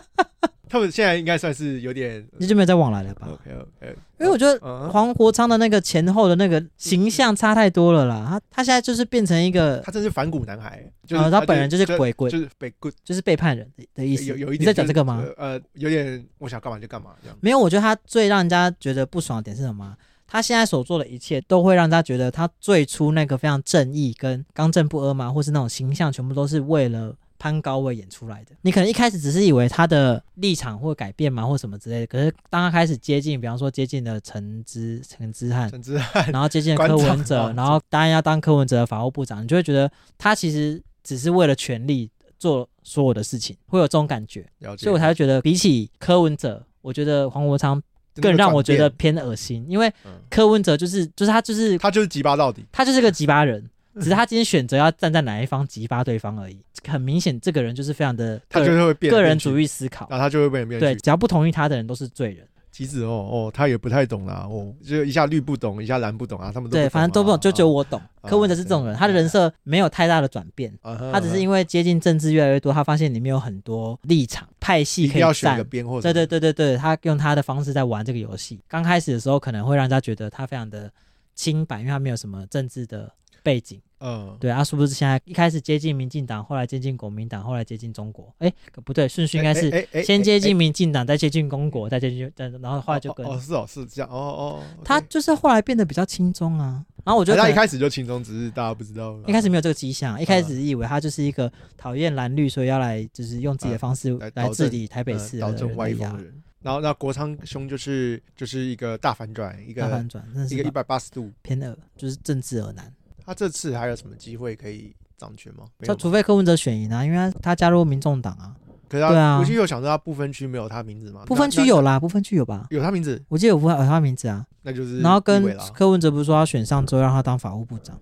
[SPEAKER 1] 他们现在应该算是有点
[SPEAKER 2] 你就没有再往来了吧？
[SPEAKER 1] OK OK，
[SPEAKER 2] 因为我觉得
[SPEAKER 1] 嗯，
[SPEAKER 2] 黄国昌的那个前后的那个形象差太多了啦，他他现在就是变成一个。
[SPEAKER 1] 他真是反骨男孩，就是
[SPEAKER 2] 呃，他本人就是
[SPEAKER 1] 就
[SPEAKER 2] 鬼鬼，
[SPEAKER 1] 就是被 good
[SPEAKER 2] 就是背叛人的的意思。
[SPEAKER 1] 有有一点
[SPEAKER 2] 你在讲这个吗
[SPEAKER 1] 就？是？呃，有点我想干嘛就干嘛这样。
[SPEAKER 2] 没有，我觉得他最让人家觉得不爽的点是什么吗？他现在所做的一切都会让大家觉得他最初那个非常正义跟刚正不阿嘛，或是那种形象，全部都是为了攀高位演出来的。你可能一开始只是以为他的立场会改变嘛，或什么之类的。可是当他开始接近，比方说接近了陈之陈之汉，
[SPEAKER 1] 甚至 [laughs]
[SPEAKER 2] 然后接近了柯文
[SPEAKER 1] 观
[SPEAKER 2] 哲，
[SPEAKER 1] 众
[SPEAKER 2] 然后答应要当柯文哲的法务部长，你就会觉得他其实只是为了权力做所有的事情，会有这种感觉。
[SPEAKER 1] 了解，
[SPEAKER 2] 所以我才会觉得比起柯文哲，我觉得黄国昌更让我觉得
[SPEAKER 1] 真的
[SPEAKER 2] 偏恶心，因为
[SPEAKER 1] 有转变，嗯
[SPEAKER 2] 柯文哲就是就是他就是
[SPEAKER 1] 他就是鸡巴到底，
[SPEAKER 2] 他就是个吉巴人，
[SPEAKER 1] 嗯
[SPEAKER 2] 只是他今天选择要站在哪一方吉巴对方而已。很明显，这个人就是非常的
[SPEAKER 1] 他
[SPEAKER 2] 个
[SPEAKER 1] 就是会变
[SPEAKER 2] 个人主
[SPEAKER 1] 义，
[SPEAKER 2] 义思考，
[SPEAKER 1] 然后他就会变来变
[SPEAKER 2] 对，
[SPEAKER 1] 去。
[SPEAKER 2] 只要不同意他的人都是罪人，
[SPEAKER 1] 其实哦哦，他也不太懂啦，哦，就一下绿不懂，一下蓝不懂啊，他们都
[SPEAKER 2] 对，
[SPEAKER 1] 不懂
[SPEAKER 2] 反正都不懂，
[SPEAKER 1] 啊
[SPEAKER 2] 就只有我懂。
[SPEAKER 1] 啊
[SPEAKER 2] 柯文哲是这种人，
[SPEAKER 1] 对
[SPEAKER 2] 他的人设没有太大的转变。
[SPEAKER 1] 啊哈
[SPEAKER 2] 他只是因为接近政治越来越多，他发现里面有很多立场派系
[SPEAKER 1] 一
[SPEAKER 2] 可
[SPEAKER 1] 定要
[SPEAKER 2] 以
[SPEAKER 1] 选
[SPEAKER 2] 站
[SPEAKER 1] 个，边或者
[SPEAKER 2] 对对对对对，他用他的方式在玩这个游戏。刚开始的时候可能会让大家觉得他非常的清白，因为他没有什么政治的背景。
[SPEAKER 1] 嗯，
[SPEAKER 2] 对啊，是不是现在一开始接近民进党，后来接近国民党，后来接近中国？哎，可不对，顺序应该是
[SPEAKER 1] 哎哎
[SPEAKER 2] 先接近
[SPEAKER 1] 哎
[SPEAKER 2] 民进党，再接近中国，再接近，再然后后来就跟
[SPEAKER 1] 哦哦哦是哦是这样哦哦，哦
[SPEAKER 2] 他
[SPEAKER 1] OK
[SPEAKER 2] 就是后来变得比较轻松啊。然后我觉
[SPEAKER 1] 哎
[SPEAKER 2] 得
[SPEAKER 1] 他
[SPEAKER 2] 可
[SPEAKER 1] 一
[SPEAKER 2] 能
[SPEAKER 1] 开始就轻松，只是大家不知道啦，
[SPEAKER 2] 一开始没有这个迹象，一开
[SPEAKER 1] 嗯
[SPEAKER 2] 始以为他就是一个讨厌蓝绿，所以要来就是用自己的方式
[SPEAKER 1] 嗯来
[SPEAKER 2] 来
[SPEAKER 1] 导
[SPEAKER 2] 治
[SPEAKER 1] 正
[SPEAKER 2] 理台北市
[SPEAKER 1] 嗯
[SPEAKER 2] 的
[SPEAKER 1] 导
[SPEAKER 2] 人
[SPEAKER 1] 正歪
[SPEAKER 2] 类
[SPEAKER 1] 风
[SPEAKER 2] 啊
[SPEAKER 1] 的人。然后那国昌兄就是就是一个大反转，一
[SPEAKER 2] 大
[SPEAKER 1] 个
[SPEAKER 2] 反转，真的
[SPEAKER 1] 一个
[SPEAKER 2] 是
[SPEAKER 1] 一百八十度。
[SPEAKER 2] 偏恶，就是政治恶男。
[SPEAKER 1] 他这次还有什么机会可以掌权吗？没
[SPEAKER 2] 就
[SPEAKER 1] 有
[SPEAKER 2] 除
[SPEAKER 1] 吗。
[SPEAKER 2] 非柯文哲选赢啊，因为他他加入民众党啊，
[SPEAKER 1] 可是
[SPEAKER 2] 对
[SPEAKER 1] 他，
[SPEAKER 2] 啊
[SPEAKER 1] 我就又想到他不分区没有他名字嘛？
[SPEAKER 2] 不分
[SPEAKER 1] 啊那
[SPEAKER 2] 区有啦，不分区有吧？
[SPEAKER 1] 那有他名字，
[SPEAKER 2] 我记得有不分有他名字啊，
[SPEAKER 1] 那就是
[SPEAKER 2] 然后
[SPEAKER 1] 立委
[SPEAKER 2] 跟
[SPEAKER 1] 啦
[SPEAKER 2] 柯文哲不是说要选上之后让他当法务部长，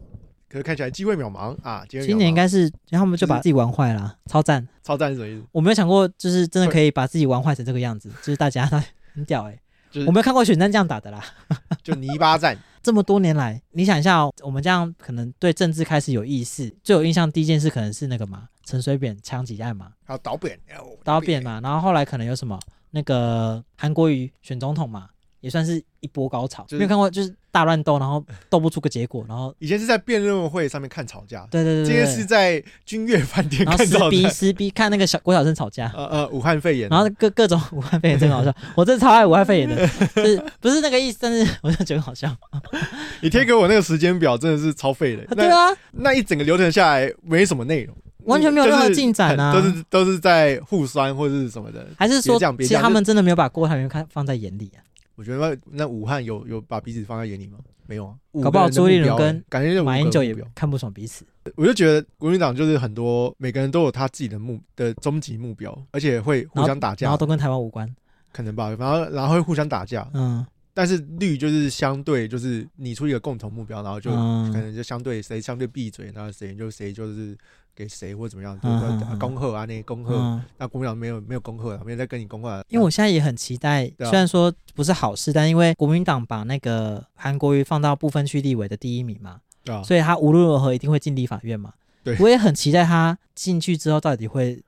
[SPEAKER 1] 可是看起来机会渺茫啊！机会渺茫
[SPEAKER 2] 今年应该是，然后他们就把自己玩坏了啊，超赞！
[SPEAKER 1] 超赞是什么意思？
[SPEAKER 2] 我没有想过，就是真的可以把自己玩坏成这个样子，就是大家 [laughs] 很屌哎、
[SPEAKER 1] 就是
[SPEAKER 2] 我没有看过选战这样打的啦。
[SPEAKER 1] 就泥巴战，
[SPEAKER 2] 这么多年来，你想一下、哦，我们这样可能对政治开始有意识，最有印象第一件事可能是那个嘛，陈水扁枪击案嘛，
[SPEAKER 1] 还有导扁，哎呦
[SPEAKER 2] 刀扁，嘛，然后后来可能有什么那个韩国瑜选总统嘛，也算是一波高潮。
[SPEAKER 1] 就是
[SPEAKER 2] 没有看过就是大乱斗，然后斗不出个结果，然后
[SPEAKER 1] 以前是在辩论会上面看吵架，
[SPEAKER 2] 对对对
[SPEAKER 1] 今
[SPEAKER 2] 对
[SPEAKER 1] 天
[SPEAKER 2] 对
[SPEAKER 1] 是在君悦饭店
[SPEAKER 2] 然后
[SPEAKER 1] 看
[SPEAKER 2] 撕
[SPEAKER 1] 到
[SPEAKER 2] 逼
[SPEAKER 1] 的。
[SPEAKER 2] 撕逼，看那个小郭晓生吵架，
[SPEAKER 1] 呃呃，武汉肺炎，
[SPEAKER 2] 然后各各种武汉肺炎真的好笑，我真的超爱武汉肺
[SPEAKER 1] [laughs]
[SPEAKER 2] 炎的，就是不是那个意思，但是我就觉得很好笑。
[SPEAKER 1] 你贴给我那个时间表真的是超废的。
[SPEAKER 2] 对
[SPEAKER 1] 那
[SPEAKER 2] 啊，
[SPEAKER 1] 那一整个流程下来没什么内容，
[SPEAKER 2] 完全没有任何进展啊
[SPEAKER 1] 就是很都是都是在互酸或是什么的。
[SPEAKER 2] 还是说
[SPEAKER 1] 别这样
[SPEAKER 2] 其
[SPEAKER 1] 别
[SPEAKER 2] 实
[SPEAKER 1] 这样
[SPEAKER 2] 他们真的没有把郭台铭看放在眼里啊？
[SPEAKER 1] 我觉得那武汉有有把彼此放在眼里吗？没有啊，五
[SPEAKER 2] 搞不好
[SPEAKER 1] 个人的
[SPEAKER 2] 朱立伦
[SPEAKER 1] 目标哎
[SPEAKER 2] 跟
[SPEAKER 1] 感觉就五
[SPEAKER 2] 马
[SPEAKER 1] 个
[SPEAKER 2] 英九也
[SPEAKER 1] 目标
[SPEAKER 2] 看不爽彼此，
[SPEAKER 1] 我就觉得国民党就是很多每个人都有他自己的目的终极目标，而且会互相打
[SPEAKER 2] 然
[SPEAKER 1] 架，
[SPEAKER 2] 后都跟台湾无关。
[SPEAKER 1] 可能吧，然后然后会互相打架，
[SPEAKER 2] 嗯，
[SPEAKER 1] 但是绿就是相对就是拟出一个共同目标，然后就
[SPEAKER 2] 嗯
[SPEAKER 1] 可能就相对谁相对闭嘴，然后谁就谁就是给谁或怎么样，就
[SPEAKER 2] 嗯嗯嗯
[SPEAKER 1] 是恭贺啊那些恭贺，
[SPEAKER 2] 嗯，
[SPEAKER 1] 那国民党没有没有恭贺啊，没有在跟你恭贺啊，
[SPEAKER 2] 因为我现在也很期待，
[SPEAKER 1] 对啊
[SPEAKER 2] 虽然说不是好事，但因为国民党把那个韩国瑜放到不分区立委的第一名嘛，
[SPEAKER 1] 对啊，
[SPEAKER 2] 所以他无论如何一定会进立法院嘛。
[SPEAKER 1] 对
[SPEAKER 2] 我也很期待他进去之后到底会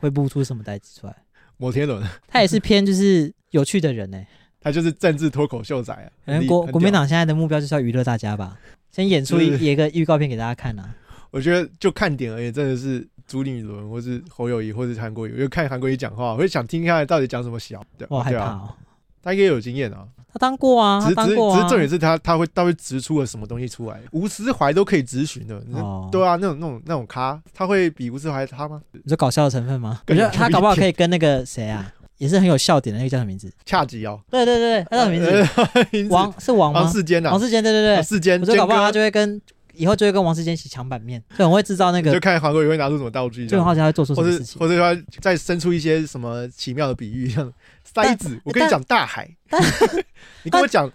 [SPEAKER 2] 会露出什么代志出来。
[SPEAKER 1] 摩天轮
[SPEAKER 2] 他也是偏就是有趣的人呢、
[SPEAKER 1] 他就是政治脱口秀仔啊，
[SPEAKER 2] 可
[SPEAKER 1] 很
[SPEAKER 2] 能
[SPEAKER 1] 厉
[SPEAKER 2] 哎国
[SPEAKER 1] 很
[SPEAKER 2] 国民
[SPEAKER 1] 屌
[SPEAKER 2] 党现在的目标就是要娱乐大家吧，先演出
[SPEAKER 1] 就
[SPEAKER 2] 一一个预告片给大家看啊。
[SPEAKER 1] 我觉得就看点而言，真的是朱立伦或是侯友谊或是韩国瑜，我就看韩国瑜讲话，我就想听看到底讲什么小。对，
[SPEAKER 2] 我好害
[SPEAKER 1] 对
[SPEAKER 2] 怕
[SPEAKER 1] 啊，
[SPEAKER 2] 哦。
[SPEAKER 1] 他应该有经验啊，
[SPEAKER 2] 他当过啊，
[SPEAKER 1] 只
[SPEAKER 2] 他
[SPEAKER 1] 是只
[SPEAKER 2] 当
[SPEAKER 1] 是
[SPEAKER 2] 过
[SPEAKER 1] 只
[SPEAKER 2] 啊
[SPEAKER 1] 是。重点是他他会他会直出了什么东西出来，吴思怀都可以直询的，你
[SPEAKER 2] 哦，
[SPEAKER 1] 对啊，那种那种那种咖，他会比吴思怀他吗？
[SPEAKER 2] 你说搞笑的成分吗？我
[SPEAKER 1] 更
[SPEAKER 2] 觉
[SPEAKER 1] 有
[SPEAKER 2] 得他搞不好可以跟那个谁啊，也是很有笑点的那个叫什么名字？
[SPEAKER 1] 恰吉哦，
[SPEAKER 2] 对对对，他叫什么名字？
[SPEAKER 1] 呃 [laughs] 名字
[SPEAKER 2] 王是王
[SPEAKER 1] 王
[SPEAKER 2] 吗？
[SPEAKER 1] 世坚呐
[SPEAKER 2] 王，世坚，对对
[SPEAKER 1] 王
[SPEAKER 2] 对，
[SPEAKER 1] 世啊哦坚，
[SPEAKER 2] 我觉得搞不好他
[SPEAKER 1] 坚
[SPEAKER 2] 就会跟以后就会跟王世坚一起抢版面，就很会制造那
[SPEAKER 1] 哥就
[SPEAKER 2] 个，
[SPEAKER 1] 看韩国瑜会拿出什么道具这样，
[SPEAKER 2] 就很好奇他会做出什
[SPEAKER 1] 或
[SPEAKER 2] 么
[SPEAKER 1] 是
[SPEAKER 2] 事情。
[SPEAKER 1] 或者说他再生出一些什么奇妙的比喻，像塞
[SPEAKER 2] [laughs] 但
[SPEAKER 1] 子，我跟你讲大海
[SPEAKER 2] 但，
[SPEAKER 1] [laughs] 你跟我讲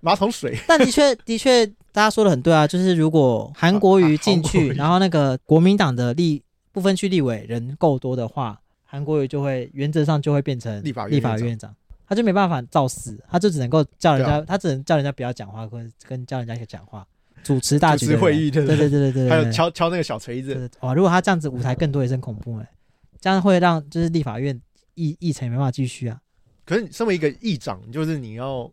[SPEAKER 1] 马桶
[SPEAKER 2] [laughs]
[SPEAKER 1] 水。
[SPEAKER 2] 但的确，的确，大家说的很对啊，就是如果韩国瑜进
[SPEAKER 1] 啊韩
[SPEAKER 2] 去，
[SPEAKER 1] 国瑜
[SPEAKER 2] 然后那个国民党的立不分区立委人够多的话，韩国瑜就会原则上就会变成
[SPEAKER 1] 立法院
[SPEAKER 2] 立法
[SPEAKER 1] 院长
[SPEAKER 2] 院长，他就没办法造势，他就只能够叫人
[SPEAKER 1] 对啊
[SPEAKER 2] 家，他只能叫人家不要讲话，跟跟叫人家一起讲话，主持大局
[SPEAKER 1] 主持
[SPEAKER 2] 的人
[SPEAKER 1] 会议
[SPEAKER 2] 对
[SPEAKER 1] 对
[SPEAKER 2] 对
[SPEAKER 1] 对
[SPEAKER 2] 对对对，
[SPEAKER 1] 还
[SPEAKER 2] 对
[SPEAKER 1] 有敲敲那个小锤子，
[SPEAKER 2] 对对哦哇！如果他这样子舞台更多也是很恐怖哎、这样会让就是立法院议议程没办法继续啊，
[SPEAKER 1] 可是你身为一个议长，就是你要，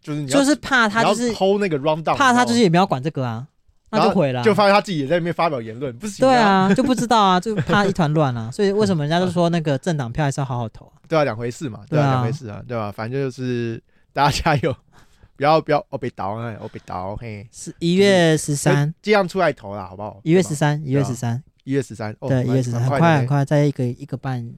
[SPEAKER 1] 就是你要，
[SPEAKER 2] 就是怕他就是
[SPEAKER 1] 你要偷那个 round down，
[SPEAKER 2] 怕他就是
[SPEAKER 1] 你知
[SPEAKER 2] 也没有管这个啊，那
[SPEAKER 1] 然
[SPEAKER 2] 就
[SPEAKER 1] 后
[SPEAKER 2] 毁了
[SPEAKER 1] 道
[SPEAKER 2] 啊、
[SPEAKER 1] 吗就发现他自己也在那边发表言论，不行、
[SPEAKER 2] 对，啊，就不知道啊，就怕一团乱啊。所以为什么人
[SPEAKER 1] [laughs]
[SPEAKER 2] 家就说那个政党票还是要好好投啊？
[SPEAKER 1] 对啊，两回事嘛，
[SPEAKER 2] 对
[SPEAKER 1] 对
[SPEAKER 2] 啊
[SPEAKER 1] 啊，两回事啊，对吧、反正就是大家加油，不要不要 [laughs] 哦被倒哎，哦被倒嘿，
[SPEAKER 2] 是一月十三，
[SPEAKER 1] 这样出来投啦，好不好？
[SPEAKER 2] 一月
[SPEAKER 1] 哎对吧
[SPEAKER 2] 十，三，一月
[SPEAKER 1] 啊
[SPEAKER 2] 十三，
[SPEAKER 1] 一月十三，哦，
[SPEAKER 2] 对，一
[SPEAKER 1] 蛮
[SPEAKER 2] 月十三，
[SPEAKER 1] 蛮
[SPEAKER 2] 很
[SPEAKER 1] 快的
[SPEAKER 2] 很
[SPEAKER 1] 呢。
[SPEAKER 2] 快，啊在一个一个半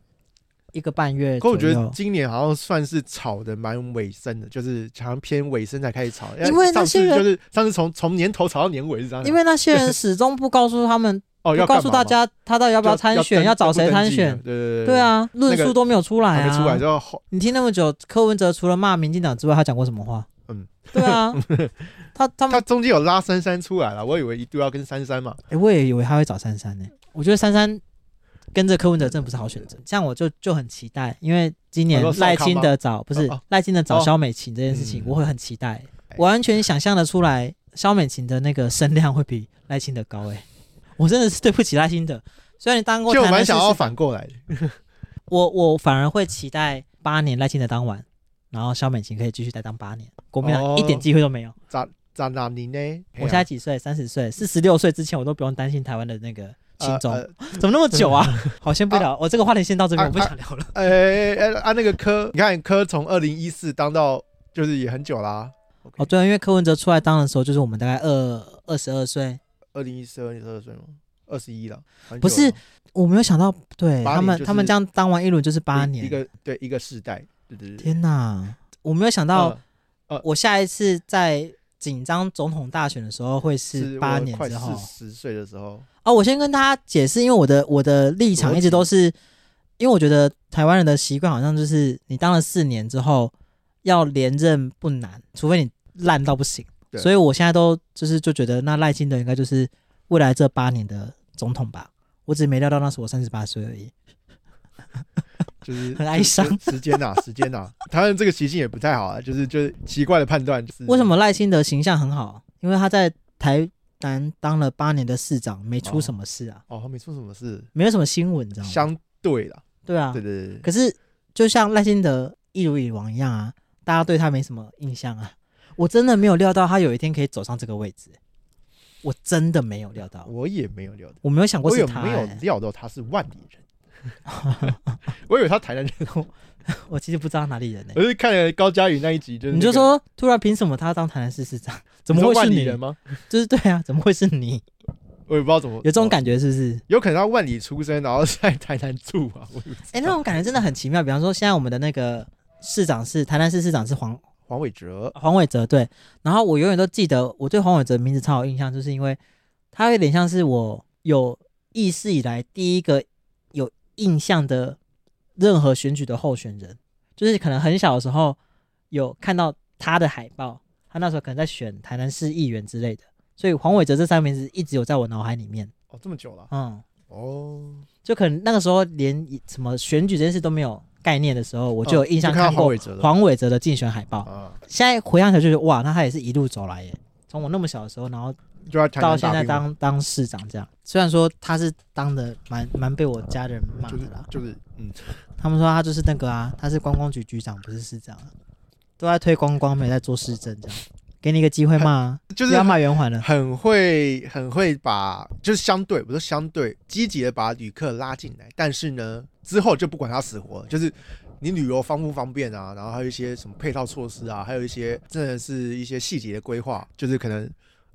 [SPEAKER 2] 一个半月
[SPEAKER 1] 可我
[SPEAKER 2] 左
[SPEAKER 1] 觉得
[SPEAKER 2] 右。
[SPEAKER 1] 今年好像算是炒的蛮尾声的，就是好像偏尾声才开始炒，
[SPEAKER 2] 因为那
[SPEAKER 1] 上
[SPEAKER 2] 些
[SPEAKER 1] 次
[SPEAKER 2] 人
[SPEAKER 1] 就是上次从从年头炒到年尾是这样的，
[SPEAKER 2] 因为那
[SPEAKER 1] [laughs]
[SPEAKER 2] 些人始终不告诉他们，
[SPEAKER 1] 哦
[SPEAKER 2] 不
[SPEAKER 1] 要
[SPEAKER 2] 告
[SPEAKER 1] 干
[SPEAKER 2] 诉
[SPEAKER 1] 嘛
[SPEAKER 2] 大
[SPEAKER 1] 嘛
[SPEAKER 2] 家他到底要不要参选，
[SPEAKER 1] 登
[SPEAKER 2] 要找谁
[SPEAKER 1] 登
[SPEAKER 2] 参
[SPEAKER 1] 记的
[SPEAKER 2] 选。
[SPEAKER 1] 对对对
[SPEAKER 2] 对，啊，论
[SPEAKER 1] 那
[SPEAKER 2] 述
[SPEAKER 1] 个
[SPEAKER 2] 都没有出来
[SPEAKER 1] 还
[SPEAKER 2] 啊。
[SPEAKER 1] 没出来之后，后
[SPEAKER 2] 你听那么久，柯文哲除了骂民进党之外，他讲过什么话？
[SPEAKER 1] 嗯，[laughs]
[SPEAKER 2] 对啊，他他们
[SPEAKER 1] 他中间有拉珊珊出来了，我以为一度要跟珊珊嘛，
[SPEAKER 2] 哎、我也以为他会找珊珊呢、我觉得珊珊跟着柯文哲真的不是好选择，这样我就就很期待，因为今年
[SPEAKER 1] 你说少
[SPEAKER 2] 赖
[SPEAKER 1] 康
[SPEAKER 2] 清
[SPEAKER 1] 吗
[SPEAKER 2] 德找不是
[SPEAKER 1] 哦哦
[SPEAKER 2] 赖清德找
[SPEAKER 1] 哦
[SPEAKER 2] 肖美琴这件事情，
[SPEAKER 1] 嗯
[SPEAKER 2] 我会很期待、
[SPEAKER 1] 哎
[SPEAKER 2] 我完全想象得出来肖美琴的那个声量会比赖清德高哎、我真的是对不起赖清德，虽然你当过
[SPEAKER 1] 其实我
[SPEAKER 2] 台南
[SPEAKER 1] 蛮
[SPEAKER 2] 市
[SPEAKER 1] 想要
[SPEAKER 2] 市
[SPEAKER 1] 反过来的，
[SPEAKER 2] 我我反而会期待八年赖清德当完，然后肖美琴可以继续再当八年，国民党
[SPEAKER 1] 哦哎
[SPEAKER 2] 一点机会都没有。
[SPEAKER 1] 咋咋哪里呢？
[SPEAKER 2] 我现在几岁？三十岁，四十六岁之前我都不用担心台湾的那个
[SPEAKER 1] 呃
[SPEAKER 2] 亲中。
[SPEAKER 1] 呃
[SPEAKER 2] 怎么那么久啊？好，先不聊，我这个话题先到这边，
[SPEAKER 1] 啊
[SPEAKER 2] 我不想聊了。
[SPEAKER 1] 哎哎哎啊那个柯，你看柯从二零一四当到就是也很久啦，
[SPEAKER 2] 哦，对啊，因为柯文哲出来当的时候，就是我们大概二二十二岁，
[SPEAKER 1] 二零一四二零二岁吗？二十一了，很久
[SPEAKER 2] 不是
[SPEAKER 1] 了
[SPEAKER 2] 我没有想到，对
[SPEAKER 1] 八年
[SPEAKER 2] 他们、
[SPEAKER 1] 就是
[SPEAKER 2] 他们这样当完一轮就是八
[SPEAKER 1] 一一
[SPEAKER 2] 年，
[SPEAKER 1] 个对一个世代，对对对，
[SPEAKER 2] 天哪，我没有想到，
[SPEAKER 1] 嗯
[SPEAKER 2] 我下一次在紧张总统大选的时候会是
[SPEAKER 1] 我
[SPEAKER 2] 八年
[SPEAKER 1] 快
[SPEAKER 2] 之后
[SPEAKER 1] 四。十岁的时
[SPEAKER 2] [laughs]
[SPEAKER 1] 候，
[SPEAKER 2] 哦，我先跟大家解释，因为我的我的立场一直都是，因为我觉得台湾人的习惯好像就是，你当了四年之后要连任不难，除非你烂到不行。
[SPEAKER 1] 对
[SPEAKER 2] 所以我现在都就是就觉得，那赖清德应该就是未来这八年的总统吧。我只是没料到那是我三十八岁而已。
[SPEAKER 1] 就是
[SPEAKER 2] 很哀伤
[SPEAKER 1] 就是时间
[SPEAKER 2] [laughs]
[SPEAKER 1] 呐，时间呐，台湾人这个习性也不太好啊，就是就是奇怪的判断，就是
[SPEAKER 2] 为什么赖清德形象很好？因为他在台南当了八年的市长，没出
[SPEAKER 1] 哦
[SPEAKER 2] 什么事啊，
[SPEAKER 1] 哦，他没出什么事，
[SPEAKER 2] 没有什么新闻，你知道吗？
[SPEAKER 1] 相对啦，
[SPEAKER 2] 对啊，
[SPEAKER 1] 对对对对，
[SPEAKER 2] 可是就像赖清德一如以往一样啊，大家对他没什么印象啊。我真的没有料到他有一天可以走上这个位置，我真的没有料到，
[SPEAKER 1] 我也没有料到，
[SPEAKER 2] 我没有想过
[SPEAKER 1] 我
[SPEAKER 2] 是
[SPEAKER 1] 也
[SPEAKER 2] 他、
[SPEAKER 1] 没有
[SPEAKER 2] 欸
[SPEAKER 1] 料到他是万里人，
[SPEAKER 2] [laughs]
[SPEAKER 1] [laughs] 我以为他台南人，
[SPEAKER 2] 我其实不知道他哪里人呢、欸
[SPEAKER 1] 我是看了高佳宇那一集，就是、
[SPEAKER 2] 你就，说，突然凭什么他当台南市市长？怎么
[SPEAKER 1] 你说
[SPEAKER 2] 会是
[SPEAKER 1] 万
[SPEAKER 2] 你
[SPEAKER 1] 里人？吗？
[SPEAKER 2] 就是对啊，怎么会是你？
[SPEAKER 1] 我也不知道怎么有
[SPEAKER 2] 有这种，感觉是不是？
[SPEAKER 1] 有可能他万里出生，然后在台南住啊，我也不知道
[SPEAKER 2] 哎、那种感觉真的很奇妙。比方说，现在我们的那个市长是台南市市长是黄
[SPEAKER 1] 黄伟哲，
[SPEAKER 2] 黄伟哲，对。然后我永远都记得我对黄伟哲的名字超有印象，就是因为他有点像是我有意识以来第一个有印象的任何选举的候选人，就是可能很小的时候有看到他的海报，他那时候可能在选台南市议员之类的，所以黄伟哲这三个名字一直有在我脑海里面。
[SPEAKER 1] 哦，这么久了，
[SPEAKER 2] 嗯，
[SPEAKER 1] 哦，
[SPEAKER 2] 就可能那个时候连什么选举这件事都没有概念的时候，我
[SPEAKER 1] 我
[SPEAKER 2] 就有印象
[SPEAKER 1] 看到
[SPEAKER 2] 看
[SPEAKER 1] 黄
[SPEAKER 2] 过
[SPEAKER 1] 伟哲的
[SPEAKER 2] 黄伟哲的竞选海报。
[SPEAKER 1] 啊，
[SPEAKER 2] 现在回想起来就是哇，那他也是一路走来耶，从我那么小的时候，然后
[SPEAKER 1] 就在台
[SPEAKER 2] 到
[SPEAKER 1] 南
[SPEAKER 2] 现在
[SPEAKER 1] 打拼嘛
[SPEAKER 2] 当当市长这样。虽然说他是当的蛮蛮被我家人骂
[SPEAKER 1] 就是
[SPEAKER 2] 的啦，
[SPEAKER 1] 就是嗯，
[SPEAKER 2] 他们说他就是那个啊，他是观光局局长，不是市长啊，都在推观光，没在做市政这样。给你一个机会骂啊，
[SPEAKER 1] [laughs] 就
[SPEAKER 2] 不
[SPEAKER 1] 是哦
[SPEAKER 2] 要骂圆环了。
[SPEAKER 1] 很会很会把，就是相对，我说相对积极的把旅客拉进来，但是呢，之后就不管他死活，就是你旅游方不方便啊，然后还有一些什么配套措施啊，还有一些真的是一些细节的规划，就是可能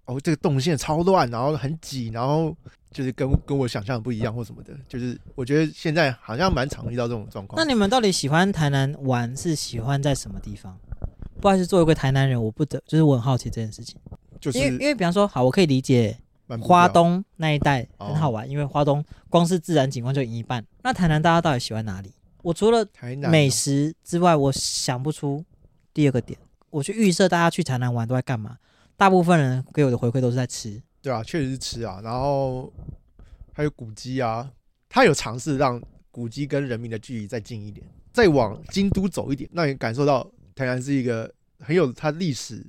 [SPEAKER 1] 哦这个动线超乱，然后很挤，然后就是跟跟我想象的不一样或什么的，就是我觉得现在好像蛮常遇到这种状况。
[SPEAKER 2] 那你们到底喜欢台南玩是喜欢在什么地方？不好意思，作为一个台南人，我不得就是我很好奇这件事情，
[SPEAKER 1] 就
[SPEAKER 2] 因为因
[SPEAKER 1] 是
[SPEAKER 2] 为比方说，好，我可以理解
[SPEAKER 1] 蛮不一样
[SPEAKER 2] 花东那一带
[SPEAKER 1] 哦
[SPEAKER 2] 很好玩，因为花东光是自然景观就赢一半。那台南大家到底喜欢哪里？我除了
[SPEAKER 1] 台南啊
[SPEAKER 2] 美食之外，我想不出第二个点。我去预设大家去台南玩都在干嘛？大部分人给我的回馈都是在吃。
[SPEAKER 1] 对啊，确实是吃啊，然后还有古迹啊，他有尝试让古迹跟人民的距离再近一点，再往京都走一点，让你感受到台南是一个很有它历史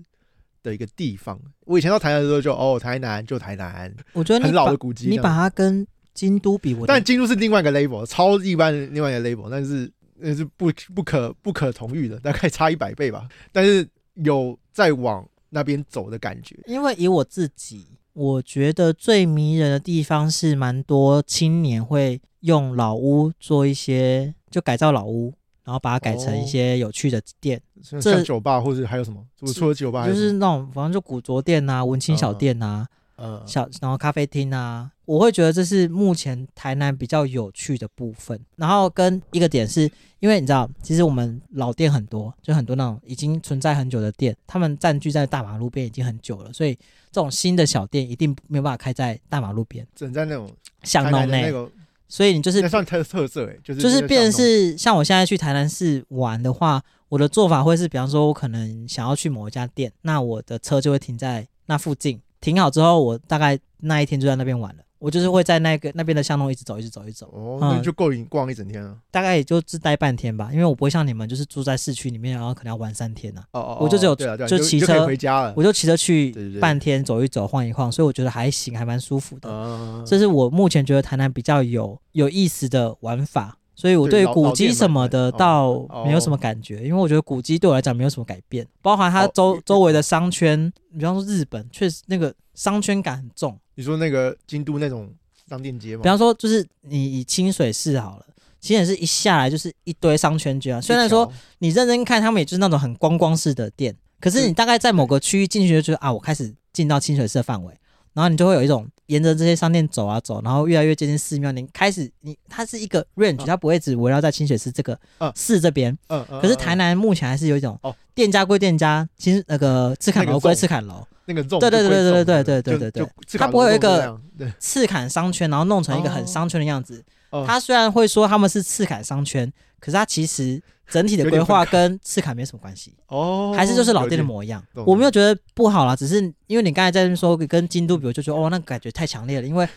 [SPEAKER 1] 的一个地方。我以前到台南的时候就哦，台南就台南，
[SPEAKER 2] 我觉得
[SPEAKER 1] 很
[SPEAKER 2] 你
[SPEAKER 1] 老
[SPEAKER 2] 把
[SPEAKER 1] 的古迹这
[SPEAKER 2] 你
[SPEAKER 1] 样。
[SPEAKER 2] 把它跟京都比，我的
[SPEAKER 1] 但京都是另外一个 label，超一般的另外一个 label，但是那是不不可不可同日的，大概差一百倍吧。但是有再往那边走的感觉，
[SPEAKER 2] 因为以我自己，我觉得最迷人的地方是蛮多青年会用老屋做一些，就改造老屋，然后把它改
[SPEAKER 1] 哦
[SPEAKER 2] 成一些有趣的店，
[SPEAKER 1] 像
[SPEAKER 2] 这
[SPEAKER 1] 像酒吧或者还有什么，除除了酒吧还有
[SPEAKER 2] 就
[SPEAKER 1] 什么
[SPEAKER 2] 是那种反正就古着店啊、文青小店啊、
[SPEAKER 1] 嗯
[SPEAKER 2] 小然后咖啡厅啊，我会觉得这是目前台南比较有趣的部分。然后跟一个点是因为你知道，其实我们老店很多，就很多那种已经存在很久的店，他们占据在大马路边已经很久了，所以这种新的小店一定没有办法开在大马路边。
[SPEAKER 1] 整在那种
[SPEAKER 2] 巷
[SPEAKER 1] 台
[SPEAKER 2] 弄
[SPEAKER 1] 南的
[SPEAKER 2] 内，
[SPEAKER 1] 那个，
[SPEAKER 2] 所以你就是
[SPEAKER 1] 那算特特色哎、就是
[SPEAKER 2] 就是变
[SPEAKER 1] 变
[SPEAKER 2] 成是像我现在去台南市玩的话，我的做法会是，比方说我可能想要去某一家店，那我的车就会停在那附近，停好之后，我大概那一天就在那边玩了。我就是会在那个那边的巷弄一直走，一直走，一直走，
[SPEAKER 1] 哦，
[SPEAKER 2] 嗯
[SPEAKER 1] 那就够你逛一整天了。
[SPEAKER 2] 大概也就只待半天吧，因为我不会像你们就是住在市区里面，然后可能要玩三天呐、
[SPEAKER 1] 哦哦
[SPEAKER 2] 我就只有
[SPEAKER 1] 对啊对啊，
[SPEAKER 2] 就
[SPEAKER 1] 你
[SPEAKER 2] 骑
[SPEAKER 1] 你可以
[SPEAKER 2] 车
[SPEAKER 1] 回家了。
[SPEAKER 2] 我就骑车
[SPEAKER 1] 对对
[SPEAKER 2] 去
[SPEAKER 1] 对
[SPEAKER 2] 半天走一走，晃一晃，所以我觉得还行，还蛮舒服的。
[SPEAKER 1] 嗯，
[SPEAKER 2] 这是我目前觉得台南比较有有意思的玩法，所以我
[SPEAKER 1] 对
[SPEAKER 2] 对
[SPEAKER 1] 老
[SPEAKER 2] 古迹什么的
[SPEAKER 1] 老店
[SPEAKER 2] 倒
[SPEAKER 1] 哦
[SPEAKER 2] 没有什么感觉，因为我觉得古迹对我来讲没有什么改变，包含它
[SPEAKER 1] 哦
[SPEAKER 2] 周、
[SPEAKER 1] 也
[SPEAKER 2] 周围的商圈，比方说日本，确实那个商圈感很重。
[SPEAKER 1] 你说那个京都那种商店街吗
[SPEAKER 2] 比？方说，就是你以清水市好了，清水市一下来就是一堆商圈街啊，虽然说
[SPEAKER 1] 一条
[SPEAKER 2] 你认真看，他们也就是那种很观光式的店，可是
[SPEAKER 1] 是
[SPEAKER 2] 你大概在某个区域进去就觉得啊，我开始进到清水寺的范围，然后你就会有一种沿着这些商店走啊走，然后越来越接近寺庙，你开始你它是一个 range，、
[SPEAKER 1] 嗯
[SPEAKER 2] 它不会只围绕在清水寺这个
[SPEAKER 1] 嗯
[SPEAKER 2] 市这边。
[SPEAKER 1] 嗯嗯，
[SPEAKER 2] 可是
[SPEAKER 1] 嗯
[SPEAKER 2] 台南目前还是有一种
[SPEAKER 1] 哦
[SPEAKER 2] 店家归店家，其实那个赤坎
[SPEAKER 1] 那个
[SPEAKER 2] 楼归
[SPEAKER 1] 重
[SPEAKER 2] 赤坎楼，
[SPEAKER 1] 那个肉
[SPEAKER 2] 对对
[SPEAKER 1] 就
[SPEAKER 2] 对
[SPEAKER 1] 贵重
[SPEAKER 2] 对对
[SPEAKER 1] 的
[SPEAKER 2] 对对
[SPEAKER 1] 就
[SPEAKER 2] 对对
[SPEAKER 1] 就赤
[SPEAKER 2] 它
[SPEAKER 1] 坎
[SPEAKER 2] 不会有
[SPEAKER 1] 楼
[SPEAKER 2] 一个
[SPEAKER 1] 肉这样对
[SPEAKER 2] 赤坎商圈，然后弄成一个很
[SPEAKER 1] 哦
[SPEAKER 2] 商圈的样子。
[SPEAKER 1] 哦
[SPEAKER 2] 它虽然会说他们是赤坎商圈，可是它其实整体
[SPEAKER 1] 有
[SPEAKER 2] 的规
[SPEAKER 1] 点
[SPEAKER 2] 划
[SPEAKER 1] 分
[SPEAKER 2] 跟赤坎没什么关系。
[SPEAKER 1] 哦，
[SPEAKER 2] 还是就是老
[SPEAKER 1] 有
[SPEAKER 2] 店的
[SPEAKER 1] 点
[SPEAKER 2] 模样。
[SPEAKER 1] 懂
[SPEAKER 2] 我没有觉得不好啦，只是因为你刚才在那边说跟京都比，我就觉得哦，那感觉太强烈了。因为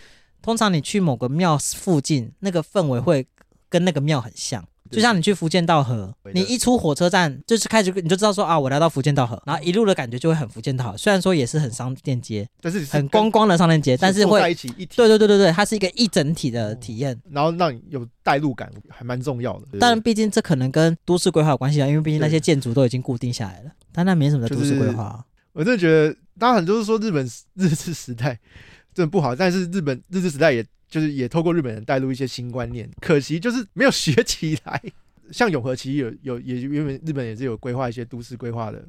[SPEAKER 2] 通常你去某个庙附近，那个氛围会跟那个庙很像，就像你去福建道河，
[SPEAKER 1] 对的
[SPEAKER 2] 你一出火车站就是开始你就知道说啊，我来到福建道河，然后一路的感觉就会很福建道河，虽然说也是很商店街，
[SPEAKER 1] 但是是
[SPEAKER 2] 很
[SPEAKER 1] 跟
[SPEAKER 2] 光光的商店街，但是
[SPEAKER 1] 坐在
[SPEAKER 2] 会
[SPEAKER 1] 一起哦一体，
[SPEAKER 2] 对对对对对，它是一个一整体的体验。
[SPEAKER 1] 然后让你有代入感，还蛮重要的。
[SPEAKER 2] 但毕竟这可能跟都市规划有关系啊，因为毕竟那些建筑都已经固定下来了，但那没什么的都市规划啊。
[SPEAKER 1] 我真的觉得，当然很多人说日本 [laughs] 日治时代真的不好，但是日本日治时代也就是也透过日本人带入一些新观念，可惜就是没有学起来。 [laughs] 像永和其实有有也原本日本也是有规划一些都市规划的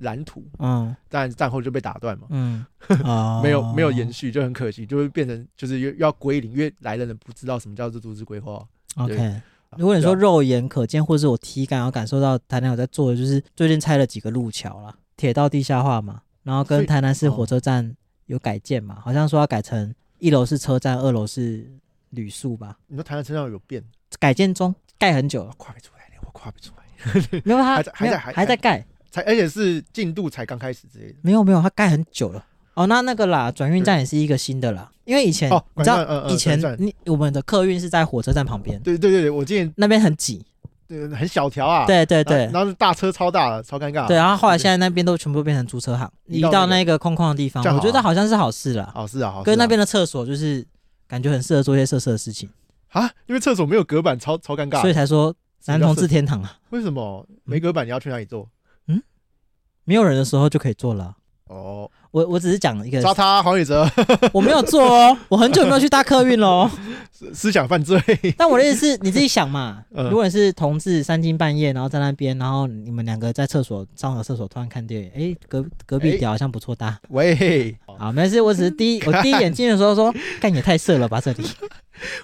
[SPEAKER 1] 蓝图，
[SPEAKER 2] 嗯
[SPEAKER 1] 但战后就被打断嘛，
[SPEAKER 2] 嗯，哦
[SPEAKER 1] [laughs] 没有没有延续，就很可惜，就会变成就是又又要归零，因为来的人不知道什么叫做都市规划。
[SPEAKER 2] OK。
[SPEAKER 1] 啊
[SPEAKER 2] 如果你说
[SPEAKER 1] 对啊
[SPEAKER 2] 肉眼可见，或者是我体感，我感受到台南有在做的，就是最近拆了几个路桥啦，铁道地下化嘛，然后
[SPEAKER 1] 所
[SPEAKER 2] 跟
[SPEAKER 1] 以
[SPEAKER 2] 台南市
[SPEAKER 1] 哦
[SPEAKER 2] 火车站有改建嘛，好像说要改成一楼是车站，二楼是旅宿吧，
[SPEAKER 1] 你说台湾车上有变，
[SPEAKER 2] 改建中，盖
[SPEAKER 1] [laughs]，
[SPEAKER 2] 很久了
[SPEAKER 1] 跨不出来，我跨不出来，
[SPEAKER 2] 没有它
[SPEAKER 1] 还在还
[SPEAKER 2] 没有
[SPEAKER 1] 在还
[SPEAKER 2] 还在盖，
[SPEAKER 1] 才而且是进度才刚开始之类的。
[SPEAKER 2] 没有没有，它盖很久了。哦，那那个啦，转运站也是一个新的啦，因为以前
[SPEAKER 1] 哦，
[SPEAKER 2] 哎你知道
[SPEAKER 1] 管，嗯嗯
[SPEAKER 2] 以前
[SPEAKER 1] 转转
[SPEAKER 2] 你我们的客运是在火车站旁边，
[SPEAKER 1] 对对对对，我之前
[SPEAKER 2] 那边很挤，
[SPEAKER 1] 对很小条啊，
[SPEAKER 2] 对对对
[SPEAKER 1] 然，后然后大车超大了，超尴尬。
[SPEAKER 2] 对，，然后后来
[SPEAKER 1] 对
[SPEAKER 2] 现在那边都全部变成租车行，移
[SPEAKER 1] 移到
[SPEAKER 2] 到
[SPEAKER 1] 那个
[SPEAKER 2] 那个空旷的地方
[SPEAKER 1] 这，样
[SPEAKER 2] 我觉
[SPEAKER 1] 好
[SPEAKER 2] 得
[SPEAKER 1] 啊
[SPEAKER 2] 好像是好事啦。
[SPEAKER 1] 好是啊，好事啊
[SPEAKER 2] 跟那边的厕所就是感觉很适合做一些色色的事情，
[SPEAKER 1] 啊，因为厕所没有隔板，超超尴尬。
[SPEAKER 2] 所以才说男同志天
[SPEAKER 1] [laughs]
[SPEAKER 2] 堂啊，
[SPEAKER 1] 为什么没隔板？你要去哪里坐？
[SPEAKER 2] 没有人的时候就可以做了啊。
[SPEAKER 1] 哦，
[SPEAKER 2] 我我只是讲一个，
[SPEAKER 1] 抓他黄宇哲
[SPEAKER 2] 我没有
[SPEAKER 1] [laughs]
[SPEAKER 2] 做哦，我很久没有去搭客运喽。
[SPEAKER 1] 思想犯
[SPEAKER 2] [laughs]
[SPEAKER 1] 罪。
[SPEAKER 2] 但我的意思是，你自己想嘛，
[SPEAKER 1] [laughs] 嗯
[SPEAKER 2] 如果你是同志，三更半夜，然后在那边，然后你们两个在厕所上个厕所，突然看电影，哎，隔隔壁
[SPEAKER 1] 哎
[SPEAKER 2] 屌好像不错搭。
[SPEAKER 1] 喂，
[SPEAKER 2] 啊，没事，我只是第一我第一眼进的时
[SPEAKER 1] [laughs]
[SPEAKER 2] 候说，干也太色了吧这里，